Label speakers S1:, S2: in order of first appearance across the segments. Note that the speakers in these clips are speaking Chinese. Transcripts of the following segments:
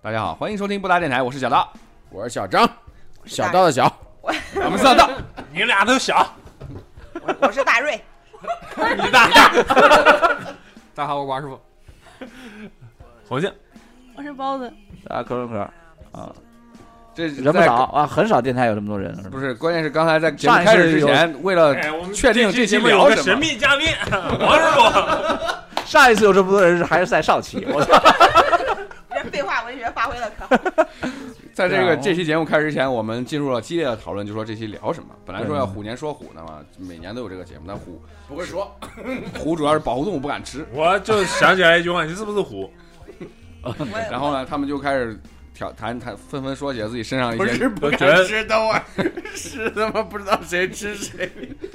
S1: 大家好，欢迎收听布达电台，我是小道，
S2: 我是小张，小道的小，
S1: 我们是小道，
S3: 你俩都小，
S4: 我我是大 瑞，
S3: 你 大大，
S5: 大家好，我是王师傅。
S3: 红杏，
S6: 我是包子，
S7: 啊，可口可乐
S1: 这
S7: 人不少啊，很少电台有这么多人，是吧
S1: 不是，关键是刚才在节目
S7: 上一次
S1: 开始之前，为
S2: 啊
S1: 了
S3: 哎，我们
S1: 确定
S3: 这
S1: 期
S3: 节目有
S1: 聊
S3: 个
S1: 什
S3: 神
S1: 么，
S3: 秘嘉宾，王师
S7: 上一次有这么多人是还是在上期，我操，
S4: 这废话文学发挥的可好。
S1: 在这个
S7: 对啊
S1: 这期节目开始之前，我们进入了激烈的讨论，就说这期聊什么。本来说要虎年说虎呢嘛，每年都有这个节目，但虎
S2: 不会说，
S1: 虎主要是保护动物不敢吃，
S3: 傅， 我就想起来一句话，你是不是虎？
S4: 我也
S1: 然后呢，他们就开始挑谈谈，纷纷说起了自己身上一
S2: 不
S1: 些
S2: 是不
S3: 我觉得
S2: 敢吃，等会儿是他妈不知道谁吃谁，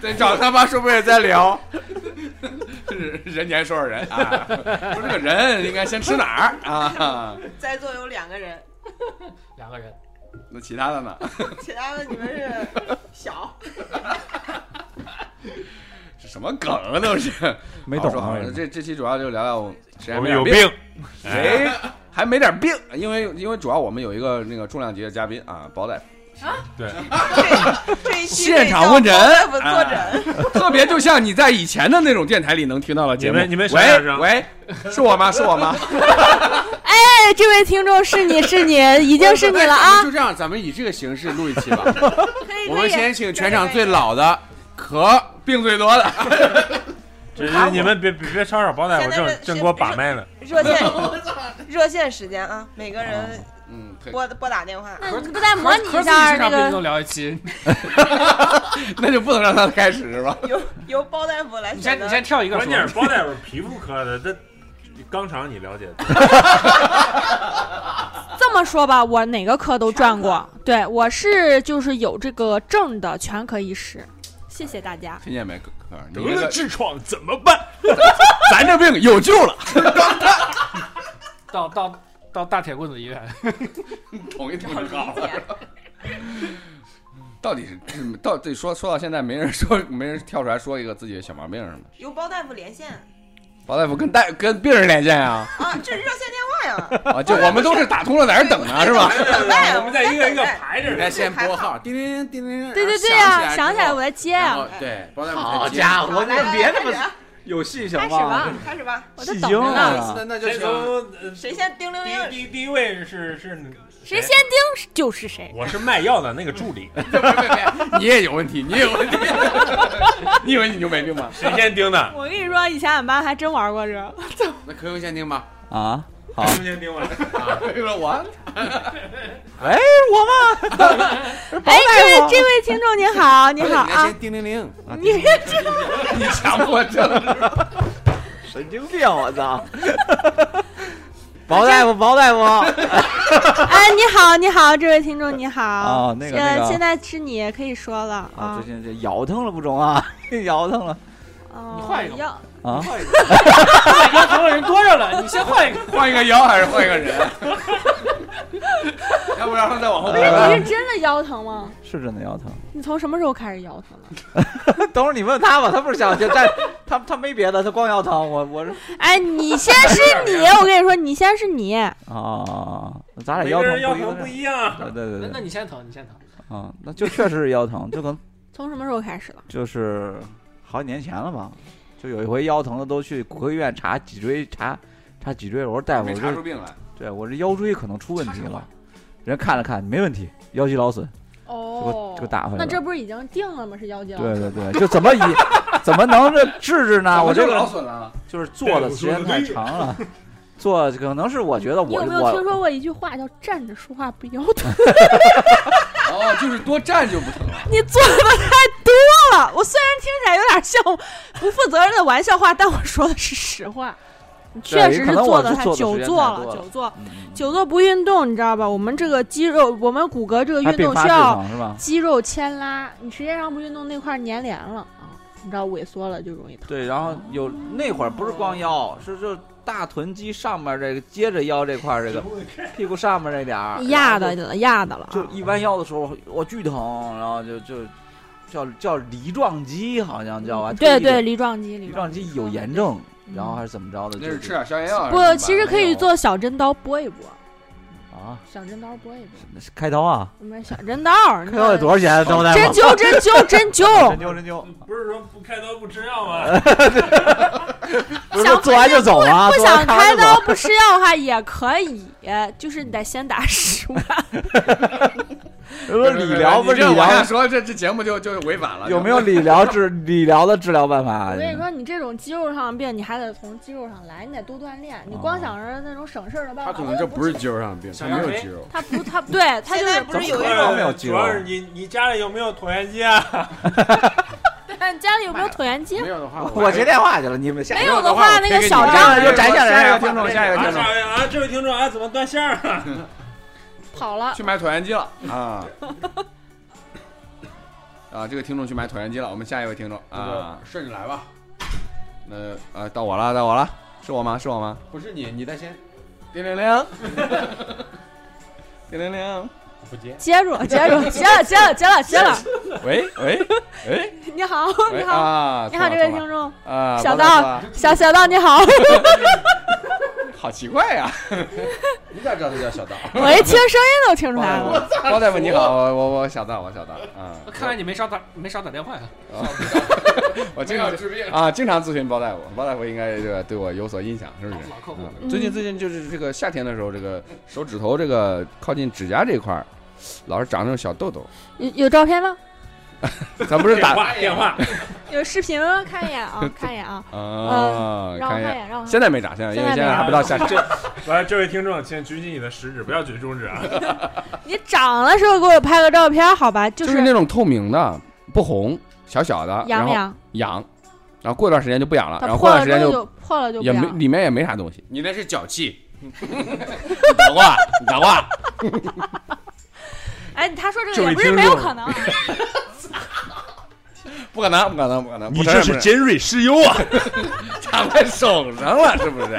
S1: 对
S2: 找他妈是不是也在 聊？
S1: 人前说说人 啊，说这个人应该先吃哪儿啊？
S4: 在座有两个人，
S5: 两个人，
S1: 那其他的呢？
S4: 其他的你们是小，
S1: 这什么梗啊都是
S7: 没
S1: 好
S7: 懂
S1: 说好
S7: 啊，
S1: 说这这期主要就聊聊谁还
S3: 我
S1: 没
S3: 们
S1: 点
S3: 有
S1: 病，
S3: 病，啊
S1: 谁哎还没点病？因为因为主要我们有一个那个重量级的嘉宾啊，包大夫，
S4: 这这一期
S1: 现场问诊
S4: 得叫包大夫坐
S1: 哎
S4: 诊，
S1: 特别就像你在以前的那种电台里能听到的节目。
S3: 你们你们
S5: 啊
S3: 想想
S1: 喂
S3: 是
S1: 喂，是我吗？是我吗？
S6: 哎，这位听众是你是你， 已
S2: 已
S6: 经是你了啊！
S2: 就这样，咱们以这个形式录一期 吧。
S6: 可以
S2: 我
S6: 可
S2: 们
S6: 以，
S2: 先请全场最老的咳，
S1: 病最多的，
S3: 这是你们别别别吵吵包大
S4: 现
S3: 夫，
S4: 在是
S3: 正正给我把脉呢。
S4: 热 线热线时间啊，每个人
S1: 嗯，对，
S4: 拨拨打电话。
S6: 那你不再模拟一下那
S5: 不
S6: 个？
S5: 能聊一期？
S1: 那就不能让他开始是吧？
S4: 由由包大夫来
S5: 你先
S4: 选
S5: 你
S4: 择，
S5: 先跳一个
S3: 关
S5: 说，
S3: 键是包大夫皮肤科的，这肛肠你了解的，
S6: 这么说吧，我哪个科都转过，对我是就是有这个证的全科医师。谢谢大家。
S1: 听见没，哥哥？你
S3: 得
S1: 这
S3: 了
S1: 个
S3: 痔疮怎么办？
S1: 咱这病有救了，
S5: 到到到大铁棍子医院，
S1: 捅一捅就好
S6: 啊
S1: 了。到底是到底说说到现在，没人说，没人跳出来说一个自己的小毛病是吗？
S4: 由包大夫连线
S1: 包大夫跟大跟病人连线呀、
S4: 啊，这是热线电话呀，
S1: 啊，就我们都是打通了，在这儿等呢，是 吧？
S4: 等待啊
S3: 我们在一个一
S4: 我
S3: 个
S4: 们在等待
S3: 排着
S2: 你
S3: 呢
S1: 哎
S2: 看。先拨号，叮铃叮铃叮铃，
S6: 对对对
S2: 呀、
S6: 呀，想起来我在接
S2: 然
S6: 呀
S2: 后，对，包大夫
S7: 好
S2: 才接
S7: 家伙，
S4: 来
S7: 这别那
S4: 来啊
S7: 么有戏
S6: 开
S7: 行
S6: 始
S7: 吗
S6: 吧？，
S4: 开始吧，
S6: 我在
S7: 戏
S6: 等
S7: 精
S1: 嗯
S6: 着呢。
S7: 啊！
S2: 那那就
S1: 哎
S3: 先
S2: 行
S3: 从
S2: 了。
S3: 呃
S4: 谁先叮铃
S3: 第
S4: 铃？
S3: 第第一位是是
S6: 谁先？盯就是谁。
S3: 我是卖药的那个助理，
S1: 你也有问题，你也有问 题，你以为你就没病吗？
S3: 谁先盯的？
S6: 我跟你说，以前俺班还真玩过这，
S2: 那可有先听 吧。
S7: 啊，好，
S3: 谁先盯我？
S1: 说我
S7: 哎，我吗？
S6: 哎，这位这位听众您好，你好
S2: 你看
S6: 啊
S2: 先，叮铃铃，
S6: 你
S1: 你强迫症，
S7: 神经病，我 操！包大夫，包大夫，
S6: 哎，你好，你好，这位听众你好。
S7: 哦那个那个
S6: 呃现在是你可以说了
S7: 啊，
S6: 啊
S7: 最。近这摇腾了不中啊，摇腾了
S6: 哦
S5: 你换一个
S6: 要
S7: 啊！
S5: 要头的人多着了，你先换一个。
S1: 换一个腰还是换一个人？ 要不然再往后
S6: 不
S1: 面
S6: 是
S1: 吧。
S6: 你是真的腰疼吗？
S7: 啊是真的腰疼。
S6: 你从什么时候开始腰疼的？
S7: 等会儿你问他吧，他不是想听，但他他没别的，他光腰疼。我我是
S6: 哎，你先是你， 我跟你说，你先是你。
S7: 啊，咱俩
S3: 每
S7: 腰
S3: 个
S7: 疼
S3: 人腰
S7: 不一
S3: 疼不
S7: 个
S3: 一样。啊
S7: 对对
S5: 那
S7: 对
S5: 那
S7: 对，
S5: 你先疼，你先疼。
S7: 啊，那就确实是腰疼，就可能
S6: 从什么时候开始的？
S7: 就是好几年前了吧，就有一回腰疼的都去骨科医院查脊椎查查脊椎了，我说大夫，
S1: 没
S7: 我
S1: 查出
S7: 这
S1: 病来，
S7: 对我这腰椎可能出问题了，人看了看没问题，腰肌劳损，
S6: 哦
S7: 就打回来
S6: 那这
S7: 了。
S6: 不是已经定了吗？是腰肌劳
S7: 对
S6: 损。
S7: 对对，就怎么以怎么能这治治呢？我
S1: 啊这哎个
S7: 这个
S1: 劳损了，
S7: 就是坐的时间太长了，坐可能是我觉得
S6: 你
S7: 我
S6: 有没有听
S7: 我
S6: 说过一句话叫“站着说话不腰疼
S1: 哦，就是多站就不疼了”？。
S6: 你做的太多了。我虽然听起来有点像不负责任的玩笑话，但我说的是实话。你确实
S7: 可
S6: 是
S7: 能我是
S6: 做的太
S7: 做的
S6: 久
S7: 时间
S6: 坐
S7: 太多
S6: 了，
S7: 了
S6: 久坐。
S7: 嗯嗯
S6: 久坐不运动，你知道吧？我们这个肌肉，我们骨骼这个
S7: 还
S6: 运
S7: 并
S6: 动
S7: 发
S6: 需
S7: 症
S6: 要
S7: 状是吧？
S6: 肌肉牵拉，你时间长不运动那块儿粘连了啊，你知道萎缩了就容易疼。
S7: 对，然后有那会儿不是光腰，是就大臀肌上面这个接着腰这块儿这个屁股上面这点儿
S6: 压的了，压的了啊。
S7: 就一弯腰的时候我巨疼，然后就就叫叫梨状肌好像叫吧？
S6: 对
S7: 特意的
S6: 对，梨状肌，
S7: 梨
S6: 梨
S7: 状
S6: 状
S7: 肌有炎症，然后还是怎么着的？
S1: 那
S7: 就是
S1: 吃点消炎药。
S6: 不，其实可以做小针刀拨一拨，
S7: 啊，
S6: 小针刀拨一拨，
S7: 那是开刀啊，
S6: 不是小针刀，
S7: 开刀得多少钱啊？张大夫，
S6: 针灸，针灸，针
S7: 针
S6: 灸，
S7: 灸，针灸，
S3: 不是说不开刀不吃药吗？
S7: 不是
S6: 想
S7: 说做完就走啊？
S6: 不
S7: 做完
S6: 想
S7: 完
S6: 开
S7: 就走
S6: 刀不吃药的话也可以，就是你得先打十 万。
S7: 不是理疗，不是
S1: 你这
S7: 理
S1: 往下
S7: 疗，
S1: 说，这这节目就就违反了。
S7: 有没有理疗治理疗的治疗办法啊
S6: 我？跟你说，你这种肌肉上的病，你还得从肌肉上来，你得多锻炼。你
S7: 哦
S6: 光想着那种省事儿的办法，
S2: 他可能这不是肌肉上的病，他
S5: 想
S2: 没
S5: 要
S2: 有
S5: 谁
S2: 肌肉。
S6: 他不，他 不对，他
S4: 现
S6: 就
S4: 在
S6: 是
S4: 不是有
S7: 怎
S4: 一
S7: 么可能
S4: 种
S7: 没有肌
S3: 主
S7: 肉
S3: 要是你你家里有没有椭圆机啊？
S6: 看 家里有没有椭圆机。啊
S2: 没有的话，
S7: 啊我接电话去了，你们下
S2: 哎
S6: 没有的话，那个小张
S7: 就展现了
S1: 下一个听众，下一个
S3: 啊
S1: 听众
S3: 下一位啊，这位听众啊，怎么断线儿啊？
S6: 跑了。
S1: 去买椭圆机了啊！啊，这个听众去买椭圆机了。我们下一位听众啊，
S2: 顺着来吧，
S1: 那啊，到我了，到我了，是我吗？是我吗？
S2: 不是你，你在先，
S1: 叮铃 铃，叮铃铃，
S3: 不接。
S6: 接住，接 住，接了，接了，接了，接了。
S1: 喂喂喂
S6: 你好，你
S1: 喂
S6: 好，
S1: 啊！
S6: 你好，这位听众，
S1: 众啊，
S6: 小
S1: 王大
S6: 道，小小道，你 好。
S1: 夫啊，好奇怪 呀！
S2: 你咋知道他叫小道？
S6: 我一听声音都听出来了。
S1: 包大夫你好，我我我小道，我小道啊，
S5: 看来你没少打，没少打电话呀。
S1: 我经常
S2: 治病。
S1: 啊，经常咨询包大夫，包大夫应该这个对我有所印象，是不是？
S5: 老客户，
S1: 嗯最近最近就是这个夏天的时候，这个手指头这个靠近指甲这块儿，老是长那种小痘 痘。
S6: 有有照片吗？
S1: 咱不是
S3: 电
S1: 打
S3: 话电话，
S6: 有视频吗？看一眼啊，看一眼 啊，
S1: 啊，
S6: 让我
S1: 看一
S6: 看一
S1: 眼。
S6: 眼，让我看一眼。
S1: 现在没长，现在因为
S6: 现在
S1: 现
S6: 没
S1: 在还不到夏天。
S3: 这完了，这位听众，请举起你的食指，不要举中指啊！
S6: 你长的时候给我拍个照片，好吧？就
S1: 就是是那种透明的，不红，小小的，然
S6: 痒不
S1: 后
S6: 痒？
S1: 痒，然后过一段时间就不痒了，
S6: 它
S1: 然后过
S6: 破
S1: 段
S6: 了
S1: 时
S6: 之
S1: 间
S6: 啊后
S1: 就
S6: 就破了就不
S1: 也没
S6: 痒了。
S1: 里面也没啥东西。
S2: 你那是脚气，
S1: 你等会儿，你等会儿，
S6: 哎，他说这
S3: 这
S6: 个
S3: 位
S6: 也不是
S3: 听
S6: 没有
S3: 众
S6: 可能 啊，
S1: 不可能，不可能，不可能！不承认不承
S2: 尖锐湿疣啊！
S1: 认长在手上了，是不是？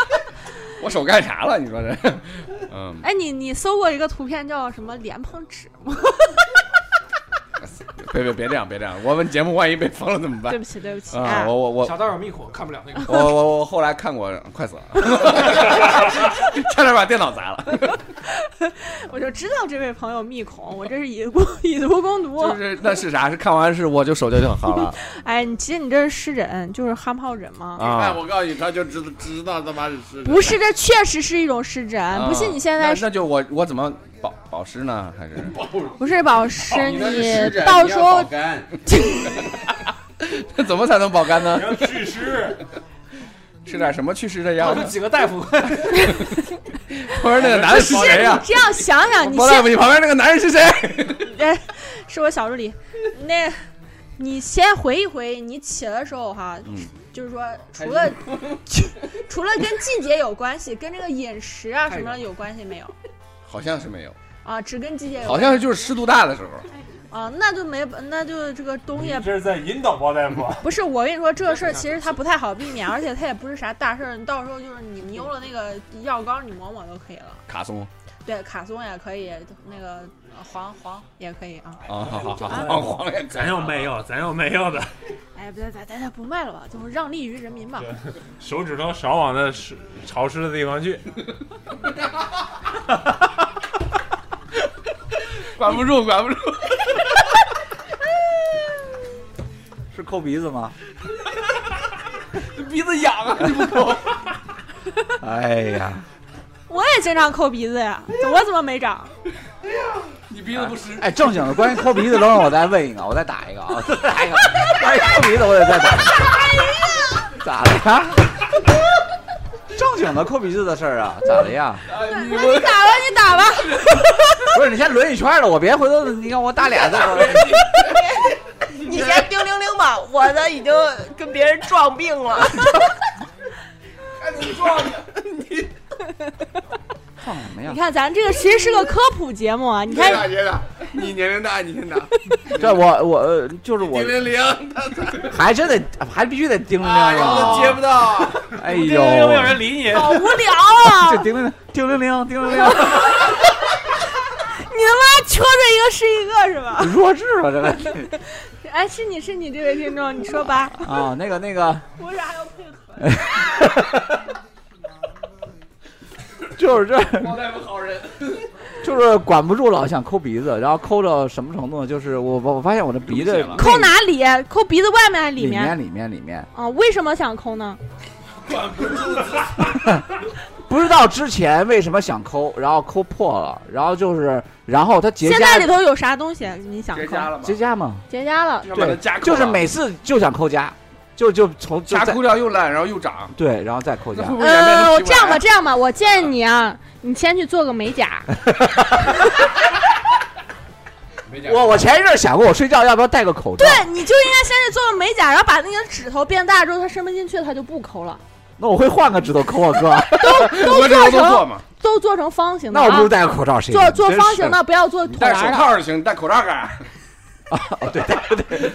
S1: 我手干啥了？你说这， 嗯，
S6: 哎，你你搜过一个图片叫什么莲蓬纸吗？
S1: 别别别这样，别这样，我们节目万一被封了怎么办
S6: 对？不起，对不起
S1: 啊，
S6: 啊
S1: 我，我我
S5: 小道有密火，看不了那个。
S1: 我我我后来看过，快死 了，差点把电脑砸 了。
S6: 我就知道这位朋友密恐，我这是以毒 以毒攻毒
S1: 就。是那是啥？是看完是我就手就就好 了
S6: 哎，你其实你这是湿疹，就是汗疱疹吗？
S1: 啊。
S2: 我告诉你，他就知知道他妈是湿
S6: 不是，这确实是一种湿疹，不信你现在
S1: 啊那那就我我怎么保保湿呢？还是
S6: 不是保湿，
S2: 那是湿疹
S6: 到
S2: 你要
S6: 时候
S2: 保干
S1: 怎么才能保干呢
S3: 你？ 要去湿，
S1: 吃点什么祛湿的
S5: 我
S1: 药？
S5: 们几个大夫，
S1: 旁边那个男的是
S6: 不
S1: 谁呀
S6: 你？这样想想，你
S1: 包大
S6: 先
S1: 夫，你旁边那个男人是谁？
S6: 哎，是我小助理。那，你先回一回，你起的时候哈，
S1: 嗯
S6: 就是说除了除了跟季节有关系，跟这个饮食啊什么的有关系没有？
S1: 好像是没有，
S6: 啊，只跟季节有
S1: 好
S6: 关
S1: 像是就是湿度大的时候。
S6: 啊，那就没，那就这个东
S3: 你
S6: 西
S3: 这是在引导包大夫。
S6: 不是我跟你说，这事儿其实它不太好避免， 而且它也不是啥大事儿。你到时候就是你你用了那个药膏，你抹抹都可以了。
S1: 卡松
S6: 对，卡松也可以，那个呃黄黄也可以
S7: 哎
S6: 啊。
S1: 啊，好好好，啊黄也
S3: 咱又没有，咱又没有的，
S6: 哎，不咱咱咱不卖了吧，就是让利于人民吧。
S3: 手指头少往那湿潮湿的地方去。
S1: 管不住，管不住。
S7: 是抠鼻子 吗？
S1: 鼻子痒啊！你不抠，
S7: 哎呀，
S6: 我也经常抠鼻子哎呀，我怎么没长？
S1: 你鼻子不湿。
S7: 哎，正经的关于抠鼻子，等会儿我再问一个，我再打一个啊，我再打一个。关于抠鼻子，我得再打一个。咋的呀？啊正经的抠鼻子的事儿啊，咋的呀？
S6: 那你打吧，你 打吧。
S7: 不是你先轮一圈了，我别回头，你看我打俩字。
S4: 你先叮铃铃吧，我的已经跟别人撞病了。
S7: 放什么呀
S6: 你？看咱这个其实是个科普节目啊，你
S2: 别打
S6: 看
S2: 别打，你年龄大，你先 打。
S7: 这我我呃就是我
S2: 零零零，他
S7: 还真得还必须得叮铃铃
S2: 啊，然后
S7: 啊
S2: 他接 不到。
S7: 哎
S5: 没
S7: 呦，
S5: 有人理你。
S6: 好无聊
S7: 这
S6: 啊！
S7: 叮铃铃叮铃铃叮铃铃，
S6: 你他妈戳着一个是一个是吧？
S7: 弱智吧这个
S6: 哎，是你是你这位听众，你说吧，
S7: 啊那个那个
S6: 我这还要配合。
S7: 就是这，
S1: 包大夫好人，
S7: 就是管不住了，想抠鼻子，然后抠到什么程度呢？就是我我我发现我这鼻子
S1: 流血了
S6: 抠哪里？抠鼻子外面还是
S7: 里
S6: 里面？
S7: 里面里面，
S6: 啊，为什么想抠呢？
S7: 不知道之前为什么想抠，然后抠破了，然后就是然后它结
S6: 现在里
S7: 痂
S6: 头有啥东西你想
S1: 结
S6: 抠？
S1: 痂了吗？
S7: 结痂嘛，
S6: 结痂了，
S1: 就把它夹
S7: 就是
S1: 每
S7: 每次就想抠痂，就就从就
S1: 夹
S7: 再
S1: 裤掉又烂，然后又长，
S7: 对，然后再抠
S1: 那
S7: 痂
S1: 会。不会演变成
S6: 呃，
S1: 皮肤
S6: 这样吧，
S1: 癌
S6: 这样吧，我建议你啊，你先去做个 美甲。
S1: 没夹
S7: 我我前一阵想过，我睡觉要不要戴个口罩？
S6: 对，你就应该先去做个美甲，然后把那个指头变大之后，它伸不进去，它就不抠了，那
S7: 那我会换个指头抠我 哥，
S1: 我这时候都做嘛，
S6: 都做成方形的
S7: 那我不如
S6: 啊。
S7: 戴个口罩谁？
S6: 做做方形的，不要做啊
S1: 你
S6: 椭
S1: 戴手
S7: 啊
S6: 圆的。
S1: 套就行，你戴口罩干啥？
S7: 哦真是，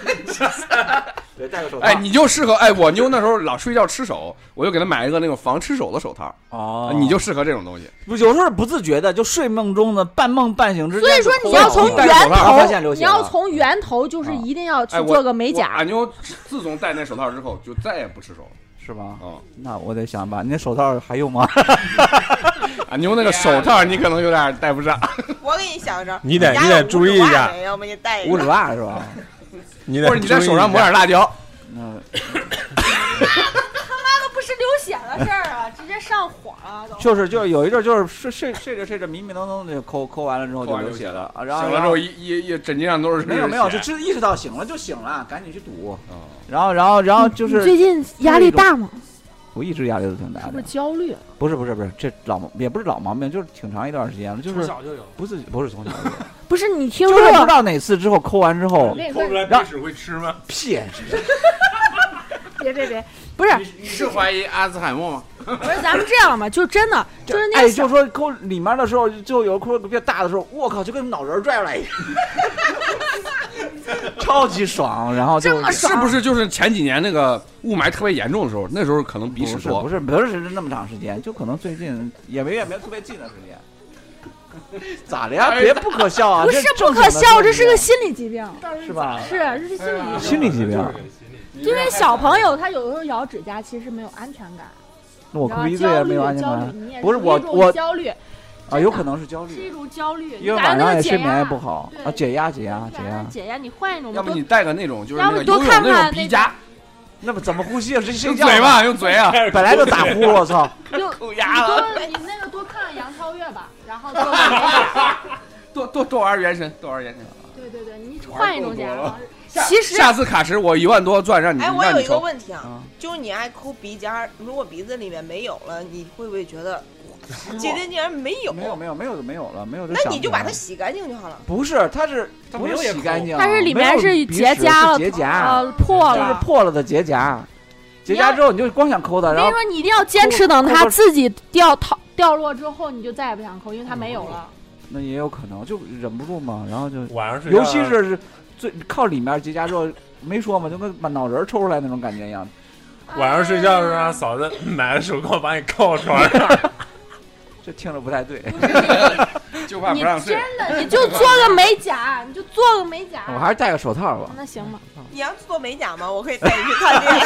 S7: 对，戴个手
S1: 哎，你就适合哎，我妞那时候老睡觉吃手，我就给她买一个那种防吃手的手套，
S7: 哦，
S1: 你就适合这种东西。
S7: 不有时候不自觉的就睡梦中的半梦半醒之间，
S6: 所以说你要从
S1: 你戴
S6: 源
S1: 手套
S7: 发现流
S6: 头，
S7: 血
S6: 你要
S7: 了
S6: 从源头就是
S7: 啊
S6: 一定要去
S1: 哎，我
S6: 做个美
S1: 我
S6: 甲
S1: 俺。妞自从戴那手套之后，就再也不吃手了。
S7: 是吗？
S1: 嗯，
S7: 那我得想吧，你那手套还用吗？
S1: 俺妞那个手套你可能有点戴不上。
S4: 我给你想着，
S2: 你得
S4: 家
S2: 你得
S4: 有
S2: 注意一
S4: 五指袜
S2: 下
S4: 没有我们给你带一
S7: 五
S4: 个
S7: 指。袜是吧？
S2: 你得
S1: 或者你在手上抹
S2: 注意一下
S1: 点辣椒，
S7: 嗯，
S6: 那不是流血的事儿啊，直接上火了都。
S7: 就是就是有一阵儿就是睡睡睡着睡着迷迷瞪瞪的抠抠完了之后
S1: 抠
S7: 就
S1: 完哦
S7: 流
S1: 流
S7: 血
S1: 血
S7: 了，啊然后
S1: 醒了
S7: 然
S1: 之
S7: 后
S1: 后一一一枕巾上都是
S7: 没有没有，
S1: 血
S7: 就知意识到醒了就醒了，赶紧去堵，
S1: 嗯
S7: 然后然后然后啊就
S6: 你最
S7: 是
S6: 近压力大吗？
S7: 我一直压力都挺大
S6: 是不
S7: 的
S6: 是，焦虑？
S7: 不是不是不是，这老毛也不是老毛病，就是挺长一段时间了，就
S5: 从
S7: 是
S5: 小就有。
S7: 不是不是从 小，
S6: 不是你听
S7: 就
S6: 说
S7: 是不知
S6: 过？
S7: 道哪次之后抠完之后
S6: 我跟你说
S3: 抠出来
S7: 让
S3: 鼻屎会吃吗？
S7: 屁，
S6: 别别别，不是
S1: 你是怀疑阿兹海默吗？
S6: 不是，咱们这样吧，就真的就是那
S7: 哎，
S6: 个
S7: 就说抠里面的时候，就有抠比较大的时候，我靠，就跟脑仁儿拽出来一样，超级爽。然后就
S6: 这么
S1: 是
S6: 爽
S1: 不是就是前几年那个雾霾特别严重的时候？那时候可能鼻
S7: 不是
S1: 屎
S7: 不
S1: 多。
S7: 是不是那么长时间，就可能最近也没也没特别近的时间。咋的呀？别不可笑啊！
S6: 不是不可笑，这是个
S7: 是
S6: 心理疾病，
S7: 是吧？
S6: 是这是心理疾
S7: 心
S6: 病。
S7: 理啊疾病，
S6: 因为小朋友他有时候咬指甲，其实没有安全感，
S7: 那我
S6: 然
S7: 抠
S6: 后
S7: 鼻子
S6: 啊焦
S7: 也没
S6: 虑
S7: 有安全
S6: 焦虑
S7: 感，
S6: 你也
S7: 不是
S6: 一
S7: 我
S6: 种
S7: 我
S6: 焦虑
S7: 啊，有可能是焦
S6: 是一
S7: 虑，
S6: 种焦虑，
S7: 因为
S6: 你打
S7: 晚
S6: 那
S7: 上
S6: 个
S7: 也
S6: 解
S7: 睡眠也
S6: 压
S7: 不好
S6: 对
S7: 啊，解压解压解
S6: 对让
S7: 压
S6: 它。解压，你换一种
S1: 要不
S6: 多
S1: 你戴个那种就是那
S6: 要不
S1: 个
S6: 你多
S1: 游泳
S6: 看
S1: 那
S6: 看
S1: 种鼻
S6: 那
S1: 夹
S6: 个，
S7: 那么怎么呼吸啊？这睡
S1: 用
S7: 觉
S1: 嘴
S7: 吧，
S1: 吧，用嘴 啊，
S7: 本来就打呼噜，我操！
S6: 就
S1: 抠
S6: 你
S1: 牙了，
S6: 多你那个多看看杨超越吧，然后多看看
S1: 多多多玩原神，多玩原神。
S6: 对对对，你换一种解压方式。
S1: 下
S6: 其实
S1: 下次卡池我一万多钻，让你
S7: 嗯
S4: 哎，我
S1: 让
S4: 有
S1: 你
S4: 一个
S1: 抽。
S4: 问题啊
S7: 啊，
S4: 就是你爱抠鼻尖，如果鼻子里面没有了，你会不会觉 得哇今天竟然没有？
S7: 没有没有没有就没有了，没有就
S4: 那
S7: 想
S4: 你
S7: 不
S4: 就
S7: 起
S4: 把
S7: 来
S4: 它洗干净就好了。
S7: 不是，它是
S3: 它
S7: 不
S3: 没
S7: 是
S3: 有也
S7: 洗
S3: 抠
S7: 干净，啊
S6: 它是里面
S7: 没有
S6: 是
S7: 鼻
S6: 结
S7: 屎
S6: 痂了，
S7: 是结痂，啊
S6: 呃，破
S7: 就是
S6: 了。
S7: 破了的结痂，啊结
S6: 你要
S7: 痂之后你就光想抠它，
S6: 我
S7: 然
S6: 跟你
S7: 后
S6: 说，你一定要坚持等
S7: 抠
S6: 它
S7: 抠
S6: 自己掉逃掉落之后，你就再也不想抠，因为它没有了。
S7: 那也有可能就忍不住嘛，然后就，
S3: 晚上睡觉
S7: 尤 其是最靠里面结痂之后，没说嘛，就跟把脑仁儿抽出来那种感觉一样，
S6: 啊
S3: 嗯晚上睡觉的时候， 让嫂子买了手铐把你铐床上，
S7: 这听着不太对。
S1: 就怕
S6: 你
S1: 不让睡。
S6: 真的，你就做个美甲，你就做个美甲。
S7: 我还是戴个手套吧，
S6: 那行吧，
S7: 嗯
S4: 你要做美甲吗？我可以带你去看电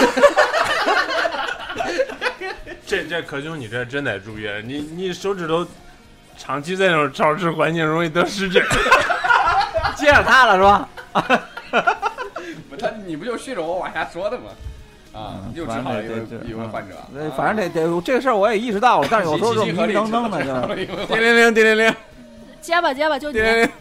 S4: 影。
S3: 这这可兄你这真得注意，你你手指头长期在这种潮湿环境容易得湿疹。
S7: 接着它了是吧？
S1: 不他你不就顺着我往下说的吗？啊，又治好了一位一位患者。
S7: 呃反正得得这个事儿我也意识到了，但是有时候就迷迷瞪 瞪的就。
S1: 就
S2: 叮铃铃，叮铃铃。
S6: 接吧接吧，就你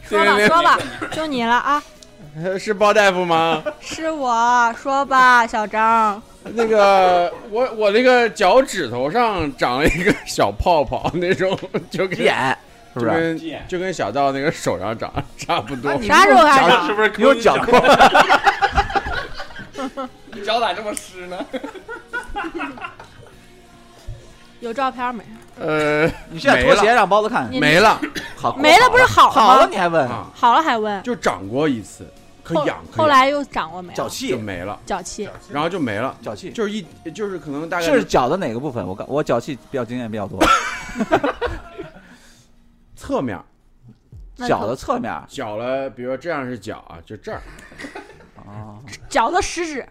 S2: 叮铃
S6: 说吧说吧，就你了啊！
S2: 是包大夫吗？
S6: 是我说吧，小张，
S2: 那个，我我那个脚趾头上长了一个小泡泡，那种就跟
S7: 眼是
S2: 就
S7: 不是？
S2: 跟就跟小道那个手上长差不
S7: 哦
S2: 多。
S6: 啥时候开
S7: 脚
S6: 始？ 啊
S3: 是不是抠
S7: 你有
S3: 你
S7: 脚
S3: 脚
S7: 抠？
S1: 你脚咋这么湿呢？
S6: 有照片没？
S2: 呃，
S7: 你现在脱鞋让包子看，
S6: 你
S2: 没了，
S7: 好
S6: 没了不是好
S7: 好
S6: 了
S7: 了
S6: 吗？
S7: 你还问？
S3: 啊
S6: 好了还问？
S2: 就长过一次，可
S6: 后
S2: 痒，可
S6: 后
S2: 痒
S6: 来又长过没有？
S7: 脚
S2: 就
S7: 气，
S2: 没了，
S6: 脚气，
S2: 然后就没了，
S7: 脚气
S2: 就是一就是可能大概
S7: 是脚的哪个部分？我告我脚气比较经验比较多，
S2: 侧面
S6: 那
S7: 脚
S6: 就
S7: 的侧面啊，
S2: 脚了，比如说这样是脚啊，就这儿，
S6: 脚的食指，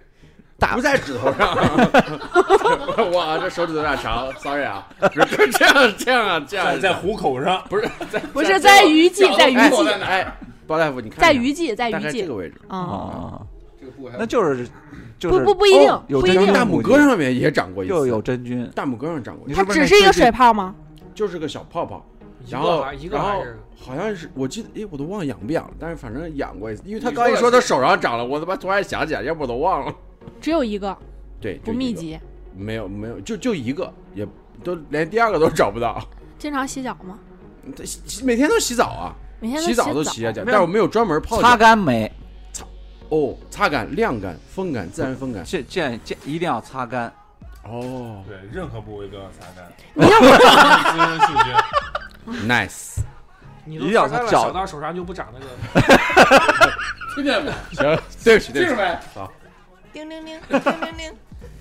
S7: 打
S2: 不在指头上。 哇，这手指头有点长，sorry 啊，不是 这样这样啊，这样
S3: 在在虎口上，
S2: 不是在
S6: 不是在鱼际，在鱼
S2: 哎
S6: 际，
S2: 哎，包大夫，你看
S6: 在
S2: 一下
S6: 鱼际，在
S2: 大
S6: 鱼
S2: 概这
S6: 际
S2: 个哦位置，
S6: 啊，
S7: 啊，
S1: 这个部位还
S7: 那就是就是
S6: 不不不一定
S7: 哦有
S6: 不一
S7: 真
S6: 定
S7: 菌
S6: 嗯
S2: 大拇哥上面也长过一次，
S7: 又有真菌，
S2: 大拇哥上长过一次
S6: 它，只是一个水泡吗？
S2: 就是个小泡泡。
S5: 一
S2: 然
S5: 个
S2: 后
S5: 还一，个
S2: 然
S5: 还
S2: 后
S5: 是
S2: 好像是我记得，哎，我都忘了养不养了，但是反正养过一次，因为他
S1: 你
S2: 刚一
S1: 说
S2: 说
S1: 的
S2: 他手上长了，我他妈突然想起来，要不我都忘了。
S6: 只有一个，
S2: 对，就
S6: 不
S2: 一
S6: 密
S2: 个，
S6: 集，
S2: 没有没有，就就一个，也都连第二个都找不到。
S6: 经常洗脚吗？
S2: 这洗每天都洗澡啊，
S6: 每天都
S2: 洗澡
S6: 澡
S2: 都洗啊脚，
S7: 没有
S2: 但我没有专门泡
S7: 擦
S2: 脚。
S7: 干没？
S2: 哦，擦干、晾干、风干、自然风干。
S7: 这这这一定要擦干。
S2: 哦
S3: 对，任何部位都要擦干。
S6: 你要不
S3: 滋生细菌，
S2: ，nice，
S5: 你
S7: 一定要
S5: 都擦干了
S7: 脚
S5: 小到手上就不长那个。
S1: 听见没？
S2: 行，对不起，对
S1: 听
S2: 不
S1: 着
S2: 起，
S1: 没？
S4: 叮铃铃，叮铃铃，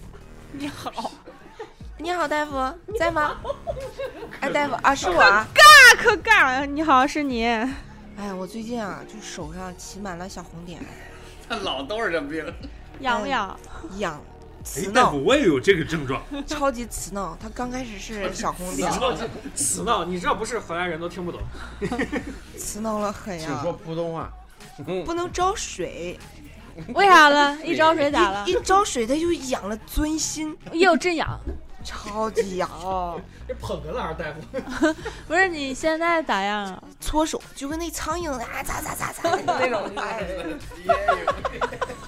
S4: 你好， 你好，大夫在 吗？哎，大夫啊，是我啊。
S6: 大可尬了，你好，是你，
S4: 哎呀，我最近啊，就手上起满了小红点，
S1: 他老都是这病。
S6: 痒不痒？
S4: 痒，
S3: 哎
S4: 刺，
S3: 大
S4: 挠，
S3: 夫，我也有这个症状。
S4: 超级刺挠。它刚开始是小红 点，
S5: 死闹，你这不是河南人都听不懂。
S4: 刺挠了很
S2: 请
S4: 呀
S2: 说，普通话。
S4: 不能招水，
S6: 为啥了？ 一招水咋了
S4: 一？招水它就痒了钻心，
S6: 哟，真痒。
S4: 超级痒，
S5: 这捧哏了啊，大夫。
S6: 不是你现在咋样啊？
S4: 搓手就跟那苍蝇啊咋咋咋 咋的那种，哎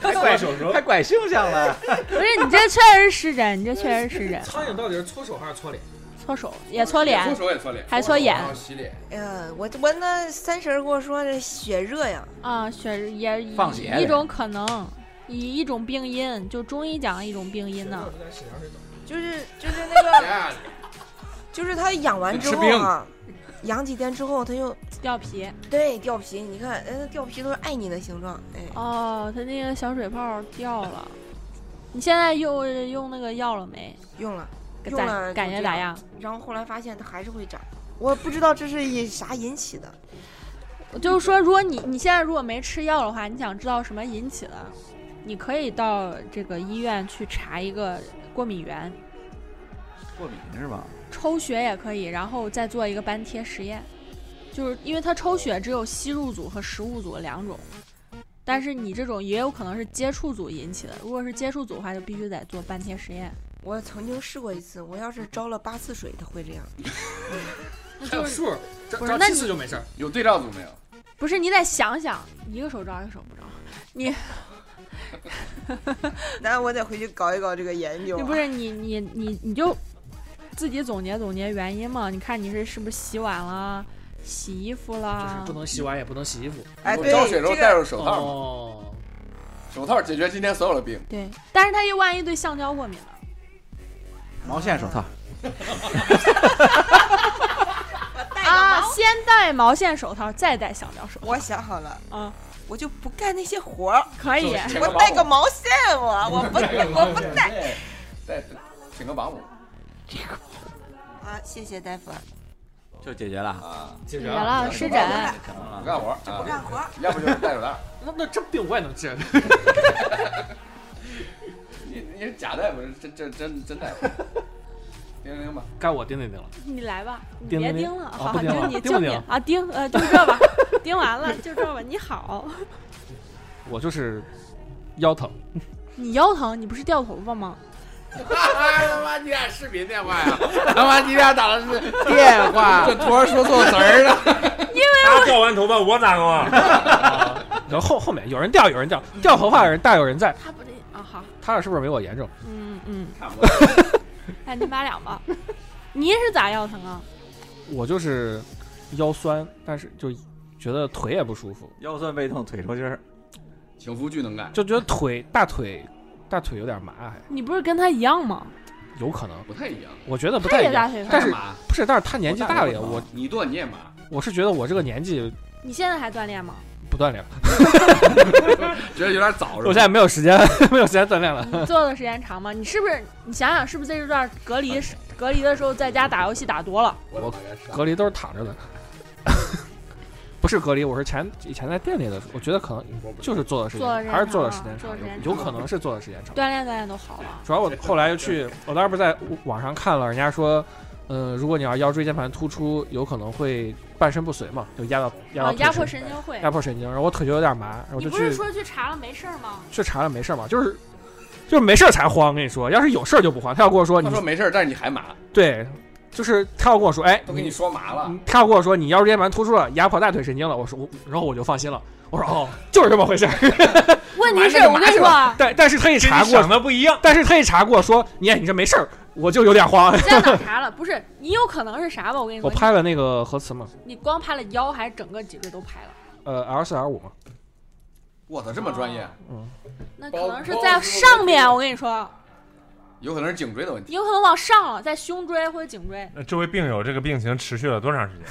S7: 还
S3: 怪手手
S7: 还拐性向了，
S6: 不是你这确实是湿疹，你这确实是湿疹，
S5: 苍蝇到底是搓手还是搓脸？
S6: 搓手也搓
S1: 搓，
S6: 脸
S1: 手也搓脸，
S6: 还搓眼
S1: 然后洗脸。
S4: 呀，呃我我那三婶儿跟我说这血热呀，
S6: 啊，血也
S7: 放血
S6: 一
S7: 呗
S6: 种可能，以一种病因，就中医讲的一种病因呢。
S4: 就是就是那个，
S1: 啊
S4: 就是它痒完之后啊，痒几天之后它就
S6: 掉皮
S4: 对掉皮，你看，哎，那掉皮都是爱你的形状，哎，
S6: 哦，他那个小水泡掉了。你现在用用那个药了没？
S4: 用了用了
S6: 感感觉咋
S4: 就这样？
S6: 样？
S4: 然后后来发现它还是会长，我不知道这是以啥引起的，
S6: 我就是说，如果你你现在如果没吃药的话，你想知道什么引起的，你可以到这个医院去查一个过敏源，
S7: 过敏是吧？
S6: 抽血也可以，然后再做一个斑贴实验，就是因为它抽血只有吸入组和食物组两种，但是你这种也有可能是接触组引起的，如果是接触组的话，就必须得做斑贴实验。
S4: 我曾经试过一次，我要是招了八次水，它会这样，
S5: 还有数，
S6: 不是
S5: 招招
S6: 那
S5: 七
S6: 你
S5: 次就没事儿。
S1: 有对照组没有？
S6: 不是，你得想想，一个手招一个手不招，你
S4: 那我得回去搞一搞这个研究啊
S6: 你不是你你你你就自己总结总结原因嘛？你看你是是不是洗碗啦，洗衣服
S5: 就是
S6: 啦
S5: 不？能洗碗，也不能洗衣服。
S4: 哎，
S1: 我
S4: 对，
S1: 招水时候戴
S4: 这
S1: 着
S4: 个
S1: 手套嘛，
S5: 哦，
S1: 手套解决今天所有的病。
S6: 对，但是他又万一对橡胶过敏了，
S7: 毛线手套，
S6: 啊，先戴毛线手套，再戴橡胶手套。
S4: 我想好了，
S6: 啊，
S4: 我就不干那些活儿，
S6: 可以，
S1: 就是
S4: 我带个毛线，我我不我不带。
S1: 带请个保姆。
S4: 啊，谢谢大夫，
S7: 就解决了。
S5: 解
S6: 解
S5: 啊
S6: 决了湿疹。
S7: 啊
S1: 不干活儿
S4: 不干
S1: 啊，
S4: 活儿。
S1: 要不就是戴手套。
S5: 那那这病我也能 治。
S1: 你你是假大夫，这这真真大夫。叮铃铃吧，
S5: 该我叮叮叮了。
S6: 你来吧，你
S5: 钉
S6: 别
S5: 钉
S6: 盯了，
S5: 啊
S6: 好
S5: 不
S6: 好，
S5: 钉
S6: 就
S5: 了
S6: 你
S5: 钉
S6: 就
S5: 不
S6: 你
S5: 钉
S6: 啊，盯呃，就这吧，盯完了就这吧。你 好，
S5: 我就是腰疼，
S6: 你腰疼，你不是掉头发吗？
S2: 哎他妈，你俩视频电话呀？他妈，你俩打的是电
S7: 啊
S2: 话？
S1: 这徒儿说错词儿了。
S3: 他啊掉完头发，我咋弄啊？
S5: 然后后后面有人掉，有人掉，掉头发有人大有人在，
S6: 他不对啊，好，
S5: 他俩是不是没我严重？
S6: 嗯嗯，
S1: 差不多。
S6: 哎，你妈俩吧。你是咋腰疼啊？
S5: 我就是腰酸，但是就觉得腿也不舒服，
S7: 腰酸背痛腿抽筋儿，
S1: 请夫巨能干，
S5: 就觉得腿大腿大腿有点麻，还
S6: 你不是跟他一样吗？
S5: 有可能，
S1: 不太一样。
S5: 我觉得不
S6: 他
S5: 太
S6: 也
S5: 一
S6: 大
S5: 样。
S6: 腿
S5: 但
S6: 发
S5: 是。
S1: 麻，
S5: 不是，但是他年纪
S7: 我大
S5: 大了
S7: 腿
S5: 呀，
S7: 麻
S5: 我
S1: 你剁你也麻，
S5: 我是觉得我这个年纪
S6: 你现在还锻炼 吗？
S5: 不锻炼了，
S1: 觉得有点早是
S5: 我现
S1: 吧？
S5: 在没有时间， 没有时间锻炼了。
S6: 你做的时间长吗？你是不是？你想想，是不是在这段隔离
S5: 嗯
S6: 时隔离的时候，在家打游戏打多了？
S1: 我感觉是
S5: 隔离都是躺着的， 不是隔离，我是前以前在店里的时候，我觉得可能就是做的时
S6: 做的时间
S5: 间，还是做的时
S6: 长
S5: 间
S6: 做
S5: 长
S6: 的时间，
S5: 有
S6: 长
S5: 可能是做的时间长。
S6: 锻炼锻炼都好了。
S5: 主要我后来又去，我当时不是在网上看了，人家说，呃，如果你要腰椎间盘突出，有可能会半身不遂嘛，就压到压到
S6: 啊，
S5: 腿
S6: 压迫
S5: 神
S6: 神经会
S5: 压。迫神经，然后我腿就有点麻，然后我
S6: 你
S5: 就
S6: 不是
S5: 去
S6: 说去查了没事儿吗？
S5: 去查了没事儿嘛，就是就是没事儿才慌，跟你说，要是有事儿就不慌。他要跟我说
S1: 他
S5: 你
S1: 说没事儿，但是你还麻，
S5: 对，就是他要跟我说，哎，
S1: 都给你说麻了。
S5: 你他要跟我说你腰椎间盘突出了，压迫大腿神经了，我说我，然后我就放心了，我说哦，就是这么回事儿。
S6: 问题
S1: 麻
S6: 是
S1: 是个
S6: 我
S1: 麻
S6: 跟你
S1: 是
S6: 说
S1: 吧
S6: 啊，
S5: 但但是他一
S3: 跟
S5: 查
S3: 你
S5: 过
S3: 想，的不一样，
S5: 但是他一查过说，你看你这没事儿，我就有点慌。
S6: 在哪查 了？不是你有可能是啥吧？我跟你
S5: 我
S6: 说，
S5: 拍了那个核磁嘛，
S6: 你光拍了腰还是整个脊椎都拍了？
S5: 呃，L 四 L 五嘛，
S1: 我操，这么专业，
S6: 那可能是在上面。我跟你说，
S1: 有可能是颈椎的问题。
S6: 有可能往上了，在胸椎或者颈 椎。
S3: 那这位病友这个病情持续了多长时间？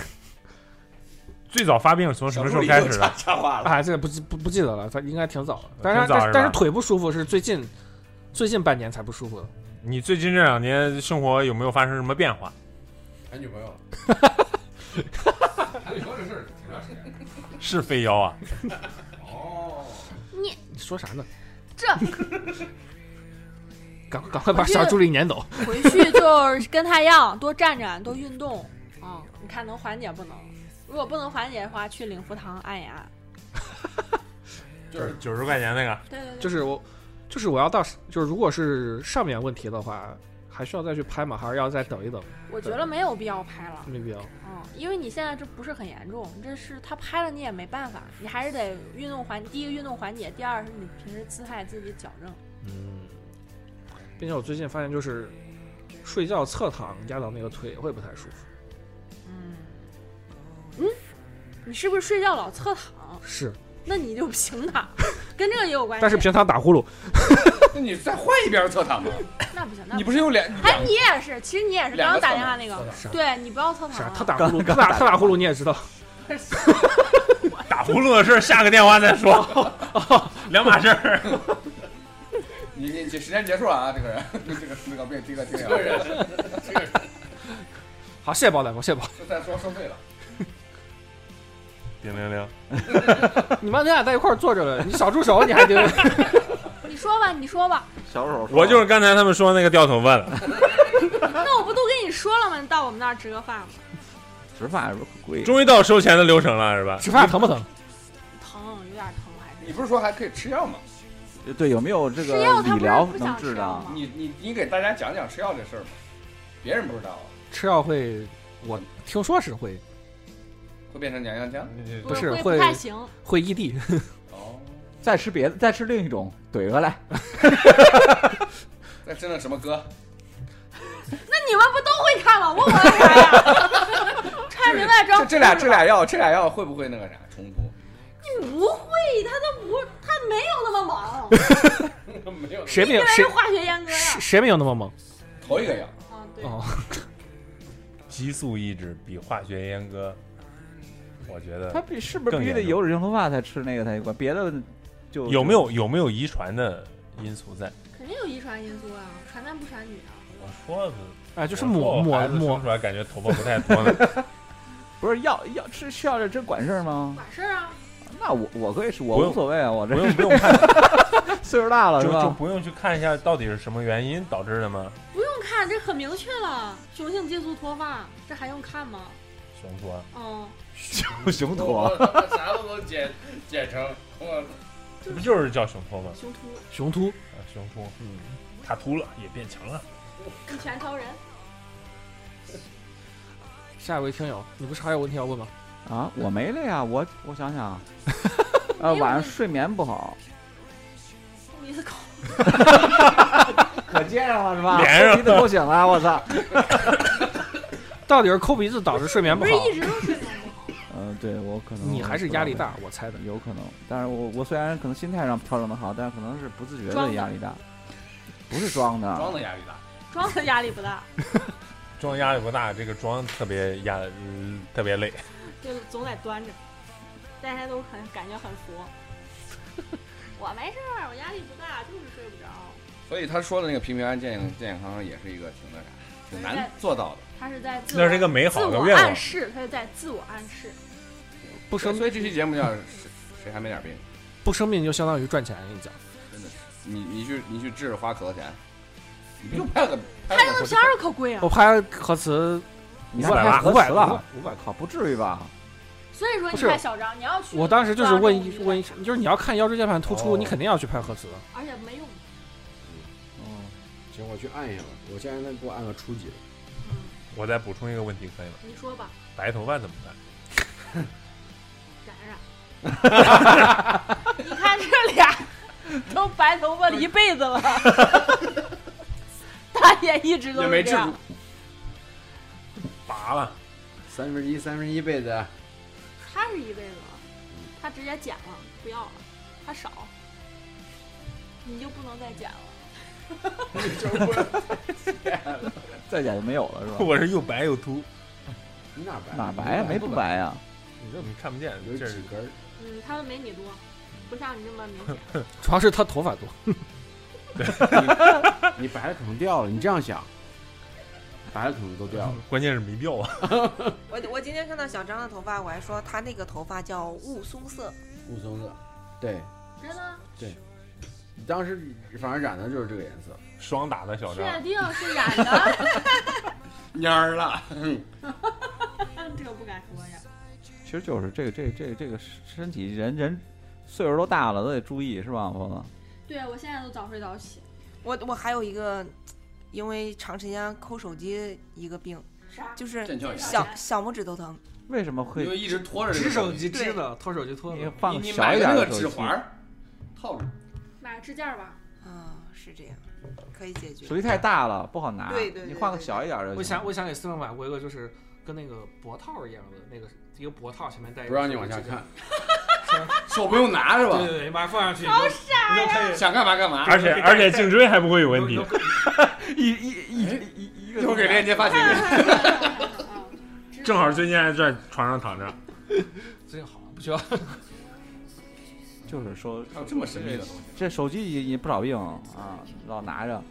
S3: 最早发病是从什么时候
S1: 小助理
S3: 开
S1: 又
S3: 始
S1: 插
S3: 的？
S1: 插话了，
S5: 啊，这个不记不不记得了，他应该挺早了，但
S3: 挺
S5: 是
S3: 早
S5: 但
S3: 是吧
S5: 是但是腿不舒服是最近最近半年才不舒服的，
S3: 你最近这两年生活有没有发生什么变化？哎
S2: 谈女朋友了，
S3: 是飞腰啊？
S5: 你说啥呢？
S6: 这
S5: 赶快赶快把
S6: 我觉得
S5: 小助理撵走，
S6: 回去就是跟他一样，多站站，多运动。嗯，你看能缓解不能？如果不能缓解的话，去领福堂按一按。
S3: 就是九十块钱那个，
S6: 对对对，
S5: 就是我就是我要到就是如果是上面问题的话，还需要再去拍吗？还是要再等一等？
S6: 我觉得没有必要拍了。
S5: 没必要。
S6: 嗯，因为你现在这不是很严重，这是他拍了你也没办法，你还是得运动缓，第一个运动缓解，第二是你平时姿态自己矫正。
S5: 嗯，并且我最近发现就是睡觉侧躺压到那个腿也会不太舒服。
S6: 嗯，嗯，你是不是睡觉老侧躺？
S5: 是，
S6: 那你就平 躺，跟这个也有关系。
S5: 但是平常打呼噜，
S1: 那你再换一边侧躺吧。
S6: 那不行，那
S1: 你
S6: 不
S1: 不是有两？你
S6: 哎，你也是，其实你也是刚
S1: 两个
S6: 刚打
S1: 侧
S6: 电话
S1: 躺
S6: 那个，
S5: 是啊
S6: 对你不要侧
S5: 是
S6: 躺
S5: 啊
S6: 了，，
S5: 他打呼噜，他
S7: 刚刚
S5: 打
S7: 打
S5: 他打呼噜你也知道，
S3: 打呼噜的事儿下个电话再说， 两码事儿。
S1: 你你这时间结束了啊！这个人， 这个这个病，这个这个人，
S5: 好，谢谢包大夫，谢谢包。
S1: 再说收费了。
S3: 零零零，
S5: 你妈，咱俩在一块儿坐着了，你少住手，你还 盯着。
S6: 你说吧，你说吧，
S7: 小手说
S3: 我就是刚才他们说那个掉头发了，
S6: 那我不都跟你说了吗？你到我们那儿吃个饭吧，
S7: 吃饭是不是很贵？
S3: 终于到收钱的流程了，是吧？
S5: 吃饭疼不疼？
S6: 疼，有点疼还是
S1: 你。不是说还可以吃药吗？
S7: 对，有没有这
S6: 吃药
S7: 个
S6: 他不
S7: 理
S6: 是
S7: 疗
S6: 不
S7: 能
S6: 想
S7: 治
S6: 吃药
S7: 的啊
S6: 吗？
S1: 你你你给大家讲讲吃药这事儿吧，别人不知道啊，
S5: 吃药会，我听说是会
S1: 会变成娘娘腔。
S5: 不是
S6: 会
S5: 会
S6: 不太行，
S5: 会异地，
S1: 哦，
S7: 再吃别的，再吃另一种，怼回来。
S1: 那真的什么歌？
S6: 那你们不都会看吗？我管啥呀？穿明白
S1: 这
S6: 装，
S1: 这俩这俩药，这俩药会不会那个啥重复？
S6: 你不会，他都不，他没有那么猛，
S1: 没有，
S5: 谁没有
S6: 这
S5: 谁
S6: 是化学阉割
S5: 谁
S6: 呀。
S5: 谁没有那么猛？
S1: 头一个药，
S6: 啊，对，
S5: 哦，
S3: 激素抑制比化学阉割，我觉
S7: 他
S3: 得
S7: 必是不是
S3: 更
S7: 必须
S3: 严
S7: 得
S3: 重
S7: 有脂性头发才吃那个才有关？别的就
S3: 有没有有没有遗传的因素在？
S6: 肯定有遗传因素啊，传男不传女啊。
S3: 我说的
S5: 哎，就是
S3: 我
S5: 抹
S3: 说我
S5: 抹
S3: 孩子
S5: 抹
S3: 生出来感觉头发不太多 呢。
S7: 不是药药吃吃药这真管事儿吗？
S6: 管事儿啊，
S7: 那我我可以吃，
S3: 不
S7: 我
S3: 用
S7: 无所谓啊，我
S3: 不
S7: 这
S3: 用不用 看，
S7: 岁数大了是
S3: 就就
S7: 吧？
S3: 不用去看一下到底是什么原因导致的吗？
S6: 不用看，这很明确了，雄性激素脱发，这还用看吗？
S3: 熊说，
S6: 嗯，
S7: 不行妥，
S2: 啥都能减减成。
S3: 这不就是叫熊托吗？
S6: 雄秃，
S5: 雄秃，
S3: 啊，熊秃，嗯，他秃了也变强了。
S6: 一拳超人。
S5: 下一位听友，你不是还有问题要问吗？
S7: 啊，我没了呀，我我想 想啊，啊，晚上睡眠不好，
S6: 你的狗，
S7: 可接上了是 吧？
S3: 连上了
S7: 鼻子够醒了，我操！
S5: 到底是抠鼻子导致睡眠
S6: 不
S5: 不
S6: 是
S5: 好，
S6: 一直都睡眠不好？
S7: 嗯，对我可能
S5: 你还是压力，大，我猜的。
S7: 有可能。但是我我虽然可能心态上调整的好，但是可能是不自觉
S6: 装
S7: 的
S6: 的
S7: 压力大，不是装的，
S1: 装的压力大。
S6: 装的压力不大，
S3: 装压力不大，这个装特别压，嗯，特别累。
S6: 就是总得端着，大家都很感觉很佛。我没事儿，我压力不大，就是睡不着。
S1: 所以他说的那个平平安健健康康也是一个挺那啥，挺难做到的。
S6: 他是在自
S3: 那是一
S6: 我
S3: 个美
S6: 自
S3: 好的
S6: 我
S3: 愿
S6: 暗
S3: 望，
S6: 示，他是在自我暗示。
S5: 不生
S1: 所以这期节目叫谁谁还没点病？
S5: 不生病就相当于赚钱，我跟你讲，
S1: 你你去你去治着花可多钱？你不就拍了个拍
S6: 拍
S1: 了
S6: 那
S1: 个
S6: 个片儿可贵啊
S5: 我。拍核磁
S7: 你
S5: 五
S7: 还
S5: 百
S7: 拍
S5: 块
S7: 核
S5: 五百
S7: 磁
S5: 五
S7: 了
S5: 百五百块。
S7: 靠，不至于吧？
S6: 所以说
S5: 不
S6: 你
S5: 是
S6: 太小张，你要去。
S5: 我当时就是问医问医
S6: 生，
S5: 生，就是你要看腰椎间盘突出，
S2: 哦
S5: 你肯定要去拍核磁。
S6: 而且没用。
S7: 嗯
S2: 行，我去按一下吧。我先让他给我按个初级。
S3: 我再补充一个问题可以吗？
S6: 你说吧，
S3: 白头发怎么办？
S6: 冉冉。你看这俩都白头发了一 辈子了，他也一直都
S1: 也
S6: 是
S1: 没
S6: 这
S1: 治
S6: 样。
S3: 拔了，
S2: 三分之一，三分之一辈子。
S6: 他是一辈子了，他直接剪了，不要了，他少，你就不能再剪了。
S7: 再剪就没有了是吧？
S3: 我是又白又秃，
S2: 你哪白？
S7: 哪白呀？没不。白呀？
S3: 你这嗯你看不见，
S2: 有
S3: 这是
S2: 几根儿？
S6: 嗯，他们没你多，不像你那么明显。
S5: 主要是他头发多，
S2: 你白的可能掉了。你这样想，白的可能都掉了。
S3: 关键是没掉啊。
S4: 我我今天看到小张的头发，我还说他那个头发叫雾凇色，
S2: 雾凇色。对，
S6: 真的？
S2: 你当时反正染的就是这个颜色。
S3: 双打的小
S6: 确
S3: 张，
S6: 定是染的？
S1: 蔫儿了。
S6: 这个不敢说呀。
S7: 其实就是这个这这这个身体人人岁数都大了都得注意是吧，朋友们？
S6: 对，我现在都早睡早起。
S4: 我我还有一个，因为长时间抠手机一个病，
S6: 啥？
S4: 就是
S1: 腱鞘炎，
S4: 小小拇指头疼。
S7: 为什么
S1: 因
S7: 会
S1: 为一直拖着这个
S5: 机
S4: 对支
S5: 呢，脱手机脱
S7: 你放
S1: 你你
S7: 小
S1: 买
S7: 一
S1: 个
S7: 点
S1: 那
S7: 的
S1: 个
S7: 手
S1: 指
S7: 机
S1: 环儿套着，
S6: 买支架吧。
S4: 啊，是这样，可以解决。
S7: 手机太大了不好拿，
S4: 对对对
S7: 你换个小一点的。
S5: 我想，我想给四妹买过一个，就是跟那个脖套一样的那个一个脖套，前面带一个
S2: 不让你往下
S5: 手机
S2: 看，
S1: 手不用拿是吧
S5: 对？对对，你把它放上去，好傻呀！
S1: 想干嘛干嘛。
S3: 而且而且颈椎还不会有问
S5: 你
S3: 题
S5: 都。可以
S7: 一一一一一
S1: 哎一会儿给链接发群
S7: 哎
S1: 里。
S3: 正好最近还在床上躺着，
S5: 最近好了，不需要。
S7: 就是说
S1: 还有这么神秘的东西？
S7: 这手机也也不少病啊，老拿着。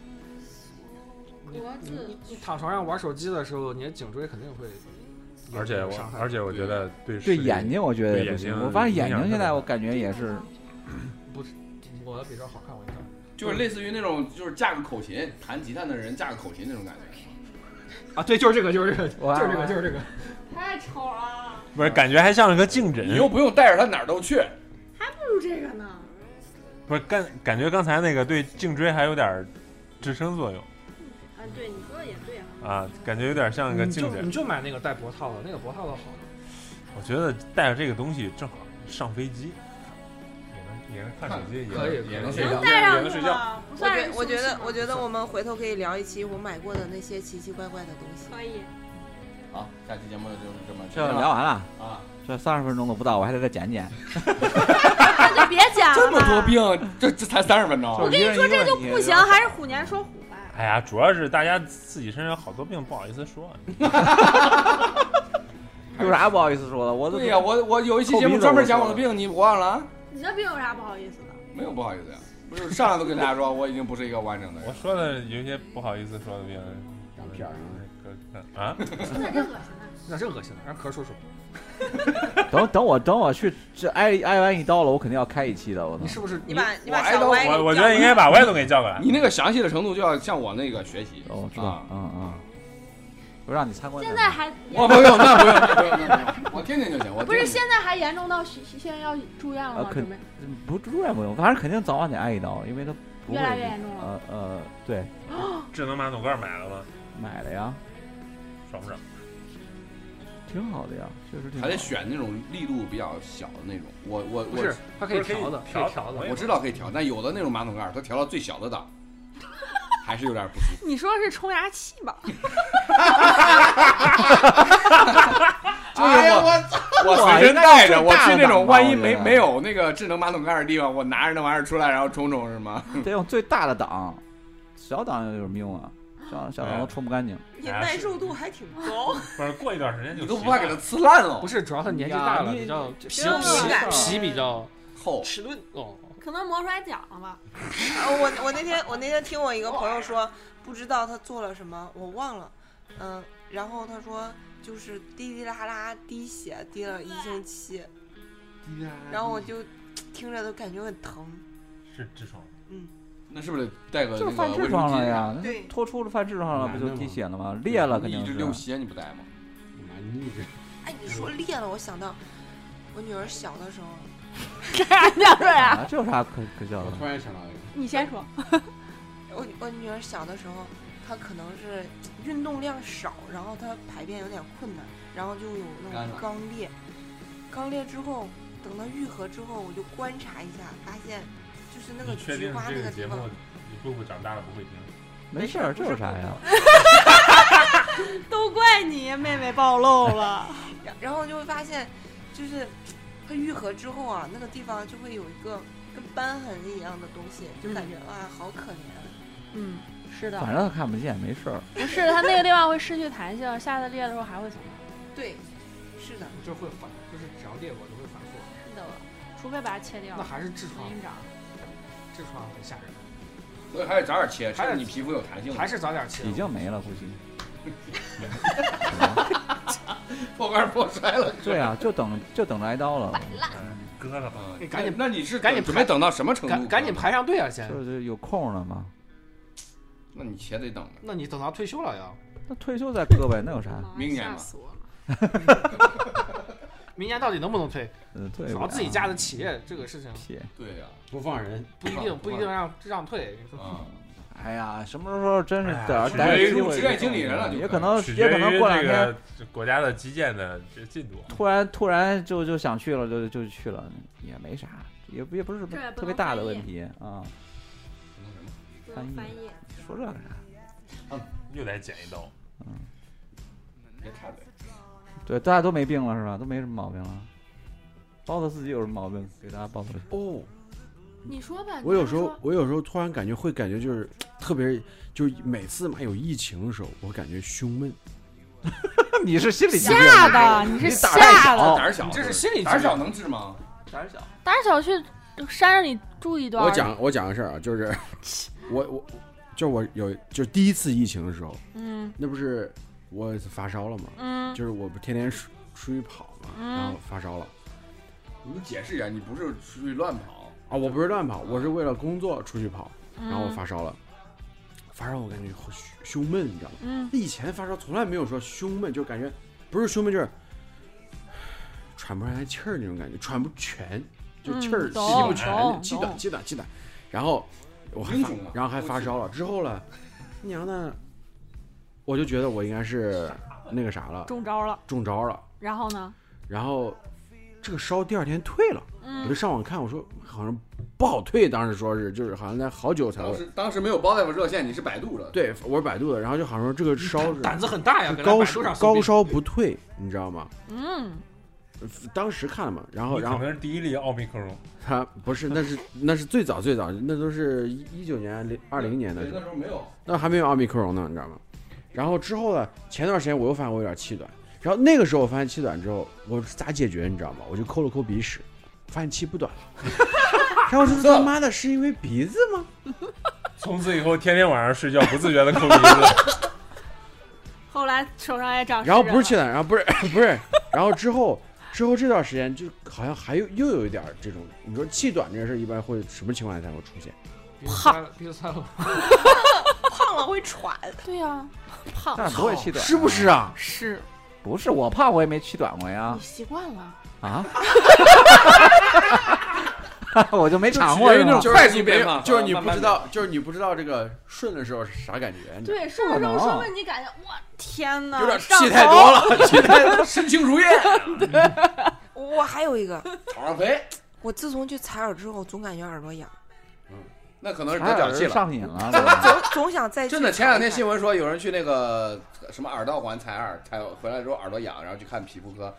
S6: 脖
S5: 你
S6: 子
S5: 你你躺床上玩手机的时候，你的颈椎肯定会有
S3: 而且我
S5: 伤害。
S3: 而且我觉得对视
S7: 对
S3: 力
S7: 眼睛我觉得
S3: 对
S7: 也不
S3: 眼
S7: 行，
S3: 睛
S7: 我发现眼
S3: 影响
S7: 睛现
S3: 特
S7: 在
S3: 别
S7: 我感觉也是，
S5: 我的比较好看，我跟你讲
S1: 就是类似于那种，就是架个口琴弹吉他的人架个口琴那种感觉。
S5: 啊，对，就是这个，就是这个，
S7: 哇
S5: 就是这个，就是这个。
S6: 太丑了，
S3: 不是感觉还像是个颈
S1: 你
S3: 枕，
S1: 又不用带着他哪儿都去，
S6: 不如这个呢。
S3: 不是感感觉刚才那个对颈椎还有点儿支撑作用
S6: 啊，对，你说的也对啊。
S3: 啊，感觉有点像一个
S5: 你
S3: 颈
S5: 嗯就
S3: 枕
S5: 你。就买那个带脖套的，那个脖套的好。
S3: 我觉得带着这个东西正好上飞机，也能也能看手机，也
S5: 可以
S3: 能也能
S5: 可
S3: 睡
S1: 以
S3: 觉
S6: 能
S1: 带
S6: 带
S1: 上
S6: 上
S1: 去
S6: 去
S1: 吗
S6: 吗？不
S4: 我
S6: 算
S4: 觉我觉得我觉得我们回头可以聊一期我买过的那些奇奇怪怪的东西。
S6: 可以。
S1: 好，下期节目就是这么
S7: 这聊完了，
S1: 啊，
S7: 这三十分钟都不到，我还得再剪剪。
S6: 那就别剪了。
S1: 这么多。病，这这才三十分钟
S7: 我。跟你说这就
S6: 不行，还是虎年说虎吧。
S3: 哎呀，主要是大家自己身上有好多病不好意思说，
S7: 有啥不好意思说的？我都
S1: 对呀，我我有一期节目专门讲我的病，你忘了啊？
S6: 你那病有啥不好意思的？
S1: 没有不好意思呀，不是上来都跟大家说我已经不是一个完整的人
S3: 我。说的有一些不好意思说的病。
S2: 长片
S3: 啊
S2: 儿
S3: 哥啊，
S2: 上
S6: 那真恶心 啊！
S5: 那真恶心了，让壳说说。
S4: 嗯
S7: 等等我等我去这挨挨完一刀了，我肯定要开一期的，我操
S5: 你！是不是
S4: 你把哎你把
S1: 挨
S4: 小
S1: 刀
S4: 歪给
S3: 我我觉
S4: 叫
S3: 得应
S4: 过
S3: 该
S4: 来
S3: 把歪总给叫过来。
S1: 你那个详细的程度就要向我那个学习。
S7: 哦，我知道
S1: 啊，
S7: 嗯嗯，我让你参观。
S6: 现在还
S1: 我哦不用，那不用，那不用，那不 用，我听听就行。我
S6: 不是
S1: 听听
S6: 现在还严重到现现在要住院了
S7: 啊
S6: 吗？
S7: 可
S6: 准备
S7: 不住院不用，反正肯定早晚得挨一刀，因为他不会
S6: 越来越严重了。
S7: 呃呃，对，
S3: 智能马桶盖买了吗？
S7: 买了呀，
S3: 爽不爽？
S7: 挺好的呀，确实挺好
S1: 还得
S7: 的。
S1: 选那种力度比较小的那种。我我
S5: 不
S1: 我
S5: 是，它可以调的，
S3: 不是可以调
S5: 可以调
S3: 的
S5: 的。
S1: 我知道可以调，但有的那种马桶盖儿，它调到最小的 档，还是有点不舒服。
S6: 你说是冲牙器吧？
S1: 就是我，哎我随身带着，我去那种万一没没有那个智能马桶盖儿的地方，我拿着那玩意儿出来，然后冲冲是吗？
S7: 得用最大的档，小档有什么用啊？小小
S1: 哎
S7: 档都冲不干净。
S4: 你耐受度还挺 高，
S3: 不是过一段时间就
S1: 你都不
S3: 习
S1: 怕
S3: 惯
S1: 给它
S3: 了
S1: 呲烂了？
S5: 不是，主要它年纪大了，比较皮
S4: 只有敏感
S5: 皮皮比较
S1: 厚，
S5: 迟钝哦。
S6: 可能磨出来奖了吧？
S4: 啊我我那天我那天听我一个朋友说，不知道他做了什么，我忘了，嗯，然后他说就是滴滴啦啦滴血滴了一星期，然后我就听着都感觉很疼。
S3: 是痔疮，
S2: 那是不是得带个
S7: 就
S2: 那
S7: 是犯
S2: 个卫
S7: 痔疮
S2: 生
S7: 了
S1: 啊
S2: 巾？
S7: 呀，那
S4: 对
S7: 脱出了犯痔疮了，不就
S3: 男的
S7: 滴
S3: 吗
S7: 血了吗？裂了肯
S2: 你
S7: 定
S2: 一直
S7: 是。啊
S2: 溜鞋你不带吗？
S1: 妈你这
S4: 哎，你说裂了，我想到我女儿小的时候，
S6: 讲说呀？
S7: 啊，这有啥可可笑的
S1: 我
S7: 吗？
S1: 突然想到一个，
S6: 你先说。
S4: 我我女儿小的时候，她可能是运动量少，然后她排便有点困难，然后就有那
S2: 干
S4: 种
S2: 了
S4: 肛裂。肛裂之后，等它愈合之后，我就观察一下，发现就是那个
S3: 你确
S4: 菊
S3: 定
S4: 花
S3: 这
S4: 那
S3: 个
S4: 地
S3: 节目
S4: 方。
S3: 你布布长大了不会听？
S7: 没事儿，这有啥呀？
S6: 都怪你妹妹暴露了。
S4: 然然后就会发现，就是它愈合之后啊，那个地方就会有一个跟斑痕一样的东西，就感觉啊，好可怜。
S6: 嗯，是的，
S7: 反正他看不见，没事儿。
S6: 不是它那个地方会失去弹性，下次裂的时候还会疼。
S4: 对，是的，
S5: 就会反，就是只要裂过就会反复，
S6: 是的，除非把它切掉
S5: 那。还是痔疮
S6: 重，新长。
S5: 痔疮很吓人，
S2: 所以还得早点切，
S5: 还
S2: 趁着
S5: 是
S2: 你皮肤有弹性。
S5: 还是早点切。
S7: 已经没了，估计。
S2: 破罐破摔了。
S7: 对啊，就等就等着挨刀了，
S3: 嗯，割了吧。
S2: 嗯
S5: 你赶紧
S2: 那你是
S5: 赶紧
S2: 准备
S5: 拍
S2: 等到什么程
S5: 赶
S2: 度？
S5: 赶紧排上队啊，先。
S7: 就是有空了嘛。
S2: 那你且得等着。
S5: 那你等到退休了要，
S7: 那退休再割呗，那有啥？
S2: 明年吧
S6: 吓死我了。
S5: 明年到底能不能退？
S7: 嗯，对。
S5: 主要自己家的企业这个事情
S7: 屁。
S2: 对呀，
S1: 不放人，
S5: 不一定不一定让让退。你说
S2: 啊，
S7: 哎呀，什么时候真是
S3: 哎呀
S7: 逮
S3: 取
S7: 着逮
S2: 决
S7: 着
S2: 于
S7: 机会嗯
S2: 职业经理人了就
S7: 也
S2: 可
S7: 可
S2: 以
S7: 能
S3: 取
S7: 哦
S3: 决
S7: 也可
S3: 于
S7: 能过两
S3: 这
S7: 天
S3: 个国家的基建的这进度。
S7: 突然突然就就想去了，就就去了，也没啥，也不也不是什么
S6: 这也不
S7: 特别
S6: 能
S7: 大
S6: 翻
S7: 的问
S6: 页
S7: 题啊。
S6: 不
S7: 翻译
S6: 译，
S7: 说这干啥？
S3: 又得剪一刀，
S2: 别插嘴。
S7: 对，大家都没病了是吧？都没什么毛病了。包子自己有什么毛病？给大家包子。
S1: 哦，
S6: 你说吧。
S1: 我有时候，我有时候突然感觉会感觉就是特别，就是每次嘛有疫情的时候，我感觉胸闷。
S7: 你是心理疾病，
S6: 吓的，你是哦
S7: 你胆儿
S6: 吓的。
S2: 胆儿小，
S5: 你这是心理疾病
S2: 胆儿小能治吗？
S7: 胆小。
S6: 胆小去山上你住一段。
S1: 我，讲我讲个事儿啊，就是 我我就我有就第一次疫情的时候，
S6: 嗯
S1: 那不是我发烧了吗？
S6: 嗯，
S1: 就是我不天天出出去跑嘛，
S6: 嗯
S1: 然后发烧了
S2: 你解释一下，你不是出去乱跑，
S1: 啊，我不是乱跑，我是为了工作出去跑，
S6: 然
S1: 然后我发烧了，发烧我感觉好胸闷，你知道吗？
S6: 嗯
S1: 以前发烧从来没有说胸闷，就感觉不是胸闷，就是喘不上来气儿那种感觉，喘不全，就气儿
S6: 嗯
S1: 吸
S6: 懂
S1: 不全，
S6: 懂
S1: 气短
S6: 懂
S1: 气短气短，然后我还
S2: 英
S1: 发
S2: 雄啊，
S1: 然后还发烧了，之后了，娘的，我就觉得我应该是那个啥了，
S6: 中招了，
S1: 中招了，
S6: 然后呢？
S1: 然后这个烧第二天退了，我就
S6: 嗯，
S1: 上网看，我说好像不好退，当时说是就是好像在好久才
S2: 当
S1: 会。
S2: 时当时没有包大夫热线，你是百度的，
S1: 对，我是百度的，然后就好像说这个烧是
S5: 胆子很大呀，搁那
S1: 高
S5: 百度
S1: 烧
S5: 上搜
S1: 高
S5: 遍
S1: 烧不退，你知道吗？
S6: 嗯，
S1: 当时看了嘛，然后
S3: 你
S1: 然
S3: 可
S1: 后
S3: 能是第一例奥密克戎。
S1: 他不是，那是那是最早最早，那都是一九年零二零年的
S2: 对，
S1: 时
S2: 那
S1: 候，
S2: 时候没有。
S1: 那还没有奥密克戎呢，你知道吗？然后之后呢，前段时间我又发现我有点气短，然后那个时候我发现气短之后，我咋解决你知道吗？我就抠了抠鼻屎，发现气不短了， 然后我就说他妈的是因为鼻子吗？
S3: 从此以后，天天晚上睡觉不自觉的抠鼻子。
S6: 后来手上也长湿
S1: 然
S6: 疹
S1: 后
S6: 了。
S1: 不啊是气短，然后不是 不是，然后之后之后这段时间就好像还有又有一点儿这种，你说气短这件事一般会什么情况下才会出现？
S5: 鼻子塞了，鼻子塞了。
S4: 胖了会喘，
S6: 对呀，胖
S7: 但是不会气
S1: 哦
S7: 短，
S1: 是不是？啊？
S6: 是
S7: 不是，我怕我也没气短过呀
S6: 你。习惯了。
S7: 啊？ 我就没尝过
S1: 因
S7: 是
S1: 为那
S7: 吗？
S1: 种
S2: 快
S1: 快
S2: 速
S1: 速
S2: 变
S1: 变
S2: 化
S1: 化，就是你不知道，就是你不知道这个顺的时候是啥感觉，你知道吗
S6: 对，顺着
S7: 不可
S6: 肉
S7: 能
S6: 说明你感觉，我天哪，
S1: 有点
S6: 上
S1: 气太
S6: 头
S1: 多。 了，气太多了。
S2: 身轻如燕，
S4: 我还有一个，
S2: 草上飞，
S4: 我自从去采耳之后，总感觉耳朵痒，
S2: 那可能是得
S7: 差
S2: 脚
S7: 点
S2: 气
S7: 是
S2: 了。
S7: 哎上瘾了。
S4: 总 总想再去
S2: 真的，前两天
S4: 尝一
S2: 新闻说有人去那个什么耳道环采耳，采回来之后耳朵痒，然后去看皮肤科，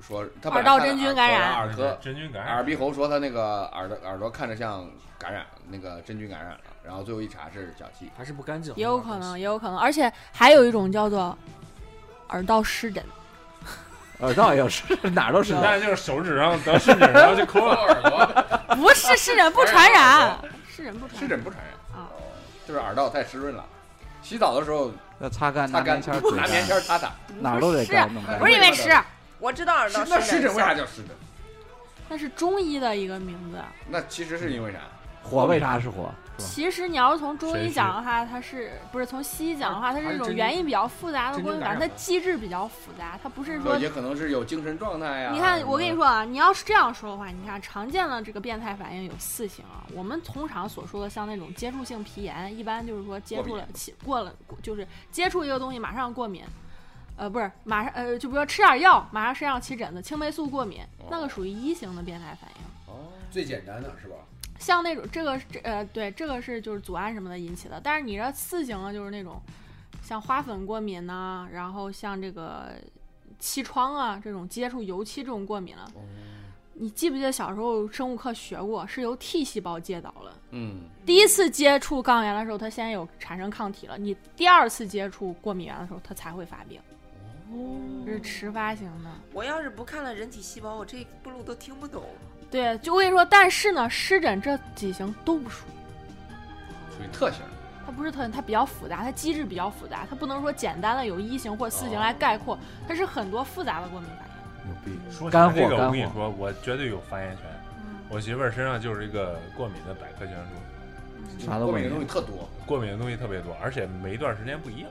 S2: 说他本来
S6: 耳道
S2: 看
S6: 真菌感染
S2: 耳科
S3: 真菌
S1: 嗯
S3: 感染，
S2: 耳鼻喉说他那个耳朵耳朵看着像感染那个真菌感染了，然后最后一查是脚气。
S5: 还是不干净，
S6: 也有可能，也有可能，而且还有一种叫做耳道湿疹，
S7: 耳道呃也是，哪儿都是。
S3: 但是就是手指上得湿疹，然后就抠
S2: 抠
S3: 了。
S2: 耳朵，
S6: 不是湿 疹不传染，湿疹不
S2: 湿
S6: 传染。
S2: 疹不传染
S6: 啊，
S2: 就是耳道太湿润了。洗澡的时候
S7: 要擦干
S2: 擦
S7: 拿
S2: 干
S7: 棉签儿怼
S2: 拿棉签
S7: 干，
S2: 儿 擦擦，
S7: 哪儿都得干，弄干
S6: 啊不。是因为湿，
S4: 我知道耳朵
S2: 那湿
S4: 湿
S2: 疹为啥
S4: 啥？
S2: 叫湿疹？
S4: 我
S6: 那是中医的一个名字。
S1: 那其实是因为啥？
S7: 火为啥是火？
S6: 其实你要是从中
S3: 谁
S6: 医
S3: 是
S6: 讲的话，它是不是从西医讲的话，它
S1: 它
S6: 是一
S1: 是
S6: 种
S1: 真
S6: 原因比较复杂的
S1: 真
S6: 规
S1: 正
S6: 律
S1: 感
S6: 反正它
S1: 染
S6: 机制比较复杂，它不是说
S1: 对，呃也可能是有精神状态呀。
S6: 你看，我跟你，说啊，你要是这样说的话，你看常见的这个变态反应有四型啊。我们通常所说的像那种接触性皮炎，一般就是说接触了起过了，就是接触一个东西马上过敏，呃，不是马上呃，就比如说吃点药，马上身上起疹子，青霉素过敏，那个属于一型的变态反应。
S1: 哦，
S2: 最简单的是 吧？
S6: 像那种这个是这呃对，这个是就是组胺什么的引起的，但是你这四型的就是那种像花粉过敏呐、然后像这个气窗啊这种接触油漆这种过敏了、你记不记得小时候生物课学过，是由 T 细胞介导了？
S1: 嗯，
S6: 第一次接触抗原的时候，它先有产生抗体了，你第二次接触过敏源的时候，它才会发病。这是迟发型的。
S4: 我要是不看了人体细胞，我这一步路都听不懂。
S6: 对，就我跟你说，但是呢，湿疹这几型都不属于。
S1: 属于特型。
S6: 它不是特，它比较复杂，它机制比较复杂，它不能说简单的有一型或四型来概括，它是很多复杂的过敏反应。
S7: 牛逼！
S3: 说起
S7: 干
S3: 来
S7: 货
S3: 这个，
S7: 干
S3: 我跟你
S7: 货
S3: 说，我绝对有发言权。
S6: 嗯
S3: 我媳妇儿身上就是一个过敏的百科全书，
S7: 啥都
S1: 过
S7: 没
S1: 敏的
S7: 有
S1: 东西特多，
S3: 过敏的东西特别多，而且每一段时间不一样。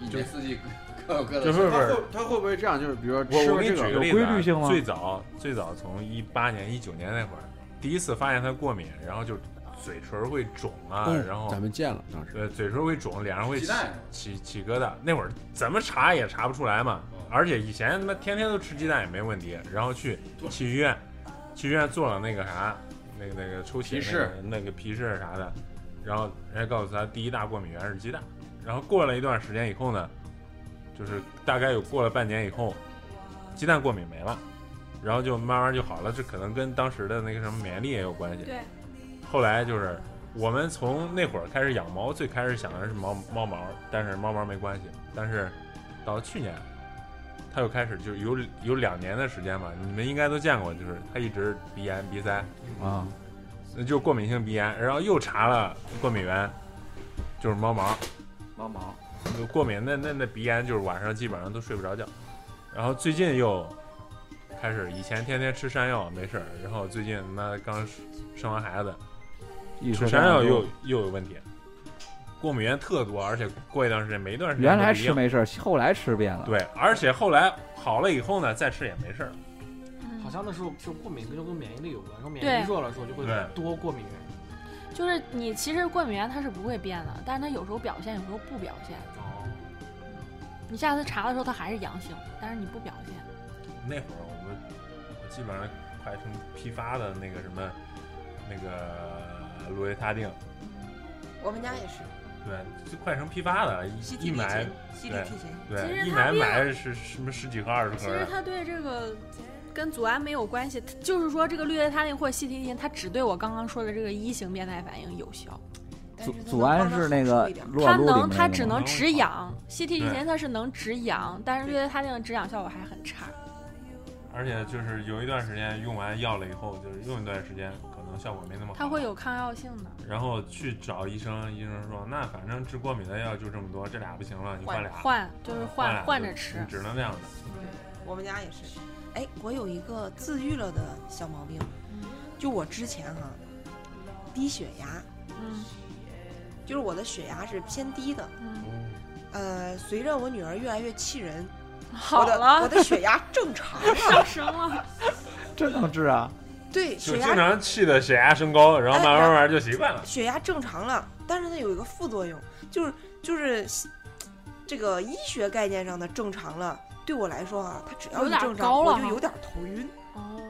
S1: 一年四季 各有各的。
S3: 就
S2: 他
S3: 是不
S2: 会
S3: 是
S2: 他会不会这样？就是比如说
S3: 我
S2: 吃
S3: 我
S2: 了
S3: 给
S2: 这
S3: 你举个
S2: 个，
S3: 例子
S7: 有规
S3: 啊，
S7: 律性吗
S3: 最早最早从一八年一九年那会儿，第一次发现他过敏，然后就嘴唇会肿啊，
S2: 嗯
S3: 然后
S2: 咱们见了当时，
S3: 呃嘴唇会肿，脸上会
S1: 鸡
S3: 起
S1: 蛋
S3: 起起疙瘩。那会儿怎么查也查不出来嘛
S1: 嗯，
S3: 而且以前他妈天天都吃鸡蛋也没问题，然后去去医院，去医院做了那个啥，那个那个抽血
S1: 皮试
S3: 那个、那个皮试啥的，然后人家告诉他第一大过敏源是鸡蛋，然后过了一段时间以后呢，就是大概有过了半年以后，鸡蛋过敏没了，然后就慢慢就好了，这可能跟当时的那个什么免疫力也有关系。
S6: 对，
S3: 后来就是我们从那会儿开始养猫，最开始想的是猫猫毛，但是猫毛没关系，但是到去年。它又开始就有有两年的时间吧，你们应该都见过，就是它一直鼻炎、鼻塞，
S5: 嗯
S7: 啊，
S3: 那就过敏性鼻炎，然后又查了过敏源，就是猫毛，
S7: 猫毛
S3: 就过敏那那那鼻炎就是晚上基本上都睡不着觉，然后最近又开始，以前天天吃山药没事儿，然后最近妈刚生完孩子，
S7: 一
S3: 吃
S7: 说
S3: 山药又又有问题，过敏源特多，而且过一段时间每一段时间
S7: 原来
S3: 都不一
S7: 吃
S3: 样
S7: 没事儿，后来吃变了。
S3: 对，而且后来好了以后呢，再吃也没事儿，
S5: 好像那时候就过敏就跟免疫力有关，然后免疫
S6: 对
S5: 力弱了之后就会
S3: 对
S5: 多过敏源。
S6: 就是你其实过敏源它是不会变的，但是它有时候表现，有时候不表现。
S5: 哦，
S6: 你下次查的时候它还是阳性，但是你不表现。
S3: 那会儿我我基本上快成批发的那个什么那个氯雷他定，
S4: 我们家也是
S3: 对，就快成批发的，
S4: 西
S3: 一
S4: 替
S3: 一
S4: 替
S3: 买
S4: 前，西替
S3: 对
S4: 替前。
S6: 其实
S3: 对一
S6: 它
S3: 买
S6: 并
S3: 买是什么十几盒二十
S6: 其
S3: 盒
S6: 实
S3: 的，
S6: 它对这个跟组胺没有关系，它就是说这个氯雷他定或西替林，它只对我刚刚说的这个一型变态反应有效。
S4: 但
S7: 祖
S4: 它
S7: 祖
S4: 能
S7: 安
S4: 帮到
S7: 是
S4: 很
S7: 那
S4: 瘦
S7: 个
S4: 一点
S7: 撸啊
S6: 它
S7: 撸里
S6: 能，
S7: 面
S6: 它
S7: 那个
S6: 只
S7: 吗
S6: 能
S3: 能
S6: 止
S3: 好
S6: 痒，西替林
S3: 对
S6: 它是能止痒，但是氯雷他定的止痒效果还很差。
S3: 而且就是有一段时间用完药了以后，就是用一段时间可能效果没那么好，
S6: 它会。有抗药性的。
S3: 然后去找医生，医生说那反正治过敏的药就这么多，这俩不行了，你换俩，
S6: 换就是换
S3: 换
S6: 换
S3: 俩
S6: 着
S3: 就
S6: 吃
S3: 你。只能那样子。
S4: 我们家也是。哎，我有一个自愈了的小毛病，
S5: 嗯
S4: 就我之前哈、低血压，
S6: 嗯
S4: 就是我的血压是偏低的。
S6: 嗯，
S4: 呃，随着我女儿越来越气人，
S6: 好
S4: 我的我
S6: 了，
S4: 的血压正常 了。
S6: 上升了。
S7: 这能治啊？
S4: 对，
S3: 就
S4: 血
S3: 经
S4: 压
S3: 常气的血压升高，然后
S4: 哎
S3: 慢慢
S4: 然
S3: 慢慢就习惯了。
S4: 血压正常了，但是它有一个副作用，就是就是这个医学概念上的正常了。对我来说啊，它只要
S6: 有
S4: 一
S6: 点
S4: 正常，
S6: 高了
S4: 我就
S6: 哈
S4: 有点头晕。
S6: 哦，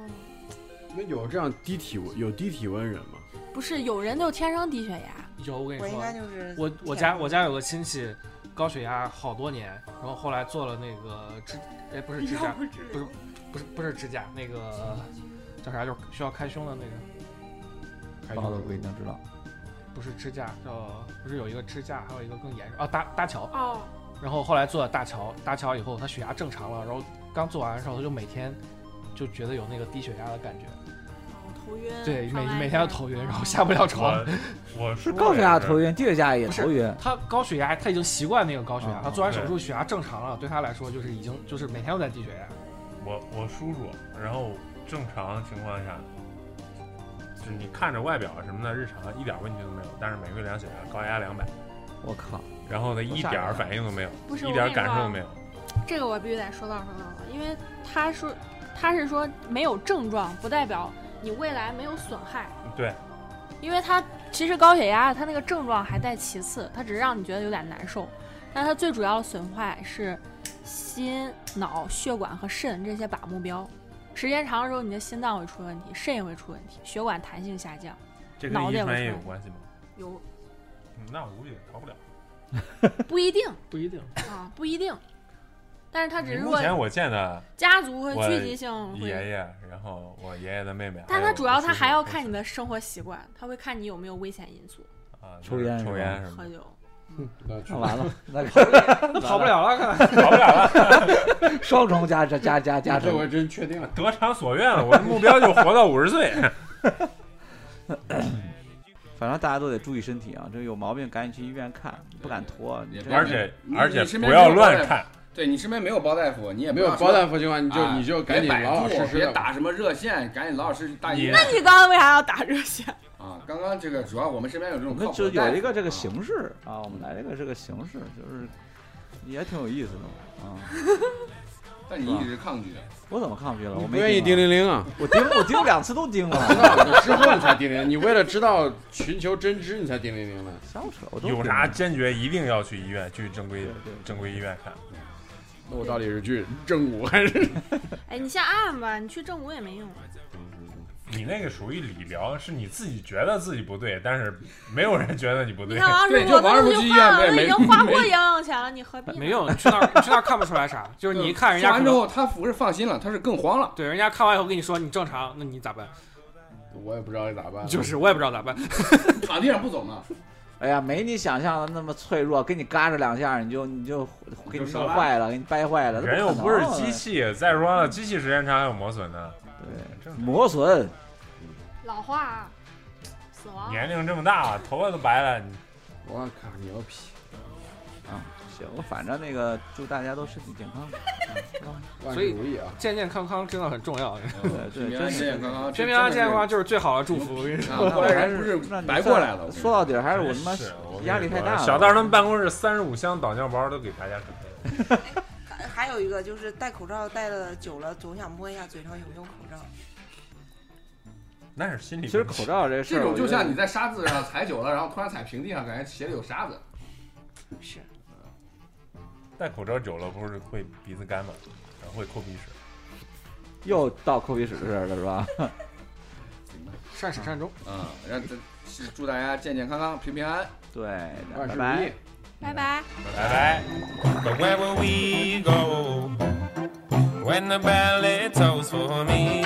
S2: 那有这样低体温有低体温人吗？
S6: 不是，有人就天生低血压，
S5: 有我跟
S4: 我
S5: 你
S4: 应该
S5: 说，
S4: 就是
S5: 我我家我家有个亲戚高血压好多年，然后后来做了那个支，哎不是支架，不是不是不是支架，那个叫啥？就是需要开胸的那个，开
S7: 包
S5: 胸
S7: 子不一定知道。
S5: 不是支架，叫不是有一个支架，还有一个更严重啊搭搭桥，
S6: 哦，
S5: 然后后来做了大桥，搭桥以后他血压正常了，然后刚做完的时候他就每天就觉得有那个低血压的感觉，
S6: 头晕。
S5: 对，每
S6: 上来
S5: 每
S6: 一
S5: 天都
S6: 阵
S5: 头晕， 然后下不了床
S3: 我。我
S7: 是
S3: 是
S7: 高血压头晕，低血压也头晕。
S5: 他高血压，他已经习惯那个高血压，
S7: 嗯
S5: 他做完
S3: 对
S5: 手术血压正常了，对他来说就是已经就是每天都在低血压。
S3: 我我叔叔，然后正常情况下，就是你看着外表什么的，日常一点问题都没有，但是每个月量血压高压两百，
S7: 我靠，
S3: 然后呢
S7: 我
S3: 一
S7: 吓
S3: 点
S7: 人
S3: 儿
S7: 了
S3: 反应都没有，
S6: 不是
S3: 一
S6: 我
S3: 点儿
S6: 跟你
S3: 感受
S6: 说
S3: 都没有。
S6: 这个我必须得说到说到了，因为他说他是说没有症状，不代表你未来没有损害，
S3: 嗯对，
S6: 因为他其实高血压他那个症状还在其次，他只是让你觉得有点难受，但他最主要的损坏是心、脑、血管和肾这些靶目标。时间长了之后，你的心脏会出问题，肾也会出问题，血管弹性下降，
S3: 这
S6: 脑
S3: 跟遗
S6: 子也不
S3: 传也
S6: 出
S3: 有
S6: 来
S3: 关系吗？
S6: 有
S3: 嗯那我估计也逃不了。
S6: 不一定
S5: 不一定。
S6: 啊，不一定。但是他只是
S3: 目
S6: 说
S3: 前我见的
S6: 家族和
S3: 我
S6: 聚集性
S3: 爷
S6: 会
S3: 爷，然后我爷爷的妹妹，
S6: 但
S3: 还
S6: 他
S3: 有
S6: 主
S3: 我
S6: 要
S3: 叔
S6: 他
S3: 叔
S6: 还要
S3: 都
S6: 看
S3: 是
S6: 你的生活习惯，他会看你有没有危险因素，
S3: 啊
S7: 抽
S3: 就是
S7: 烟是
S3: 抽
S7: 吧
S3: 烟什么
S6: 喝酒。
S7: 那完 了，那
S5: 那跑不了了，看来
S3: 的，跑不了了，
S7: 双重加加加加 加
S1: 这
S7: 成。
S1: 回真确定了。
S3: 得偿所愿了。我的目标就活到五十 岁。
S7: 反正大家都得注意身体啊，这有毛病赶紧去医院看，不敢拖。你
S1: 也
S7: 这
S1: 别
S3: 而且
S1: 你
S3: 而且
S1: 你身
S3: 不
S1: 边
S3: 要
S1: 没有包
S3: 乱
S1: 大夫
S3: 看，
S1: 对你身边没有包大夫，你也不
S2: 没有
S1: 要
S2: 包
S1: 说
S2: 大夫情况，你就
S1: 哎
S2: 你就赶紧
S1: 别
S2: 老老
S1: 摆
S2: 实
S1: 住，
S2: 实
S1: 别
S2: 的。
S1: 打什么热线，赶紧老老实实打
S3: 你
S1: 医
S3: 那
S1: 院
S6: 你刚刚为啥要 打热线？
S1: 啊！刚刚这个主要我们身边有这
S7: 我
S1: 种
S7: 们
S1: 靠谱
S7: 就
S1: 的大夫，
S7: 有一个这个
S1: 啊
S7: 形式啊，我们来这个这个形式，就是也挺有意思的啊。
S1: 但你一直抗拒的，
S7: 我怎么抗拒了？我
S2: 你不
S7: 没
S2: 愿意叮
S7: 盯啊，
S2: 铃铃 啊？
S7: 我盯我盯两次都盯
S2: 知
S7: 了，
S2: 道了之后你才叮铃铃，你为了知道寻求真知你才叮铃铃的。
S7: 瞎扯，我都
S3: 有
S7: 盯
S3: 啥
S7: 了
S3: 坚决一定要去医院，去正规
S7: 对对
S3: 正规医院看。
S2: 那我到底是去正骨还是？
S6: 哎，你先按吧，你去正骨也没用。
S3: 你那个属于理疗，是你自己觉得自己不对，但是没有人觉得你不
S6: 你
S3: 对
S6: 看。王师
S1: 对
S6: 傅，
S1: 就王
S6: 他
S1: 师傅
S6: 都
S1: 去
S6: 已
S1: 医
S6: 经
S1: 院不
S6: 花
S1: 也
S6: 了，
S1: 没
S6: 已经花过养老钱了，你何必呢？
S5: 没用，你去那儿你去那儿看不出来啥，就是你一看人
S1: 说
S5: 家
S1: 完
S5: 可
S1: 之
S5: 能
S1: 后，他不是放心了，他是更慌了。
S5: 对人家看完以后跟你说你正常，那你咋办？
S2: 我也不知道该咋办。
S5: 就是我也不知道咋办。
S1: 躺地上不走嘛，
S7: 哎呀，没你想象的那么脆弱，给你嘎着两下，你就你就给你弄坏了，给你掰坏了。
S3: 人
S7: 这
S3: 又
S7: 可
S3: 不是
S7: 能啊
S3: 机，器，再说了，机器时间长还有磨损呢。
S7: 对
S3: 正，常
S7: 磨损。
S6: 老化，死亡。
S3: 年龄这么大，头发都白了，你
S2: 我靠，牛逼！
S7: 啊行，我反正那个祝大家都身体健康。
S2: 万
S5: 所
S2: 事
S5: 以
S2: 如意啊！
S5: 健健康康真的很重要，
S7: 对对，
S1: 平
S7: 真
S1: 哦安
S7: 是
S1: 健健康康，
S5: 平平
S1: 这
S5: 安
S1: 真
S5: 健
S1: 的
S5: 康就是最好的祝福。我跟你
S1: 是
S5: 说，
S1: 啊，过来人不是
S7: 让你
S1: 白
S7: 算
S1: 过来了。
S7: 说到底儿还是我他妈
S3: 是我跟你
S7: 压力太
S3: 说
S7: 大了。
S3: 小道他们办公室三十五箱导尿包都给大家准备了，
S4: 还有一个就是戴口罩戴的久了，总想摸一下嘴上有没有口罩。
S3: 那是心理
S7: 其
S3: 问题。
S7: 实口罩这事
S1: 这
S7: 儿，
S1: 种就像你
S7: 你
S1: 在沙子上踩久了，然后突然踩平地上，感觉鞋里有沙子。
S4: 是，
S3: 戴口罩久了不是会鼻子干吗？然后会抠鼻屎。
S7: 又到抠鼻屎的事儿了，是吧？
S5: 善始善终。
S1: 啊，让这祝大家健健康康、平平安安。
S7: 对，
S2: 万事
S7: 拜
S2: 如意
S7: 拜。。
S6: 拜拜。
S3: 拜拜。
S8: But where will we go when the belly tolls for me?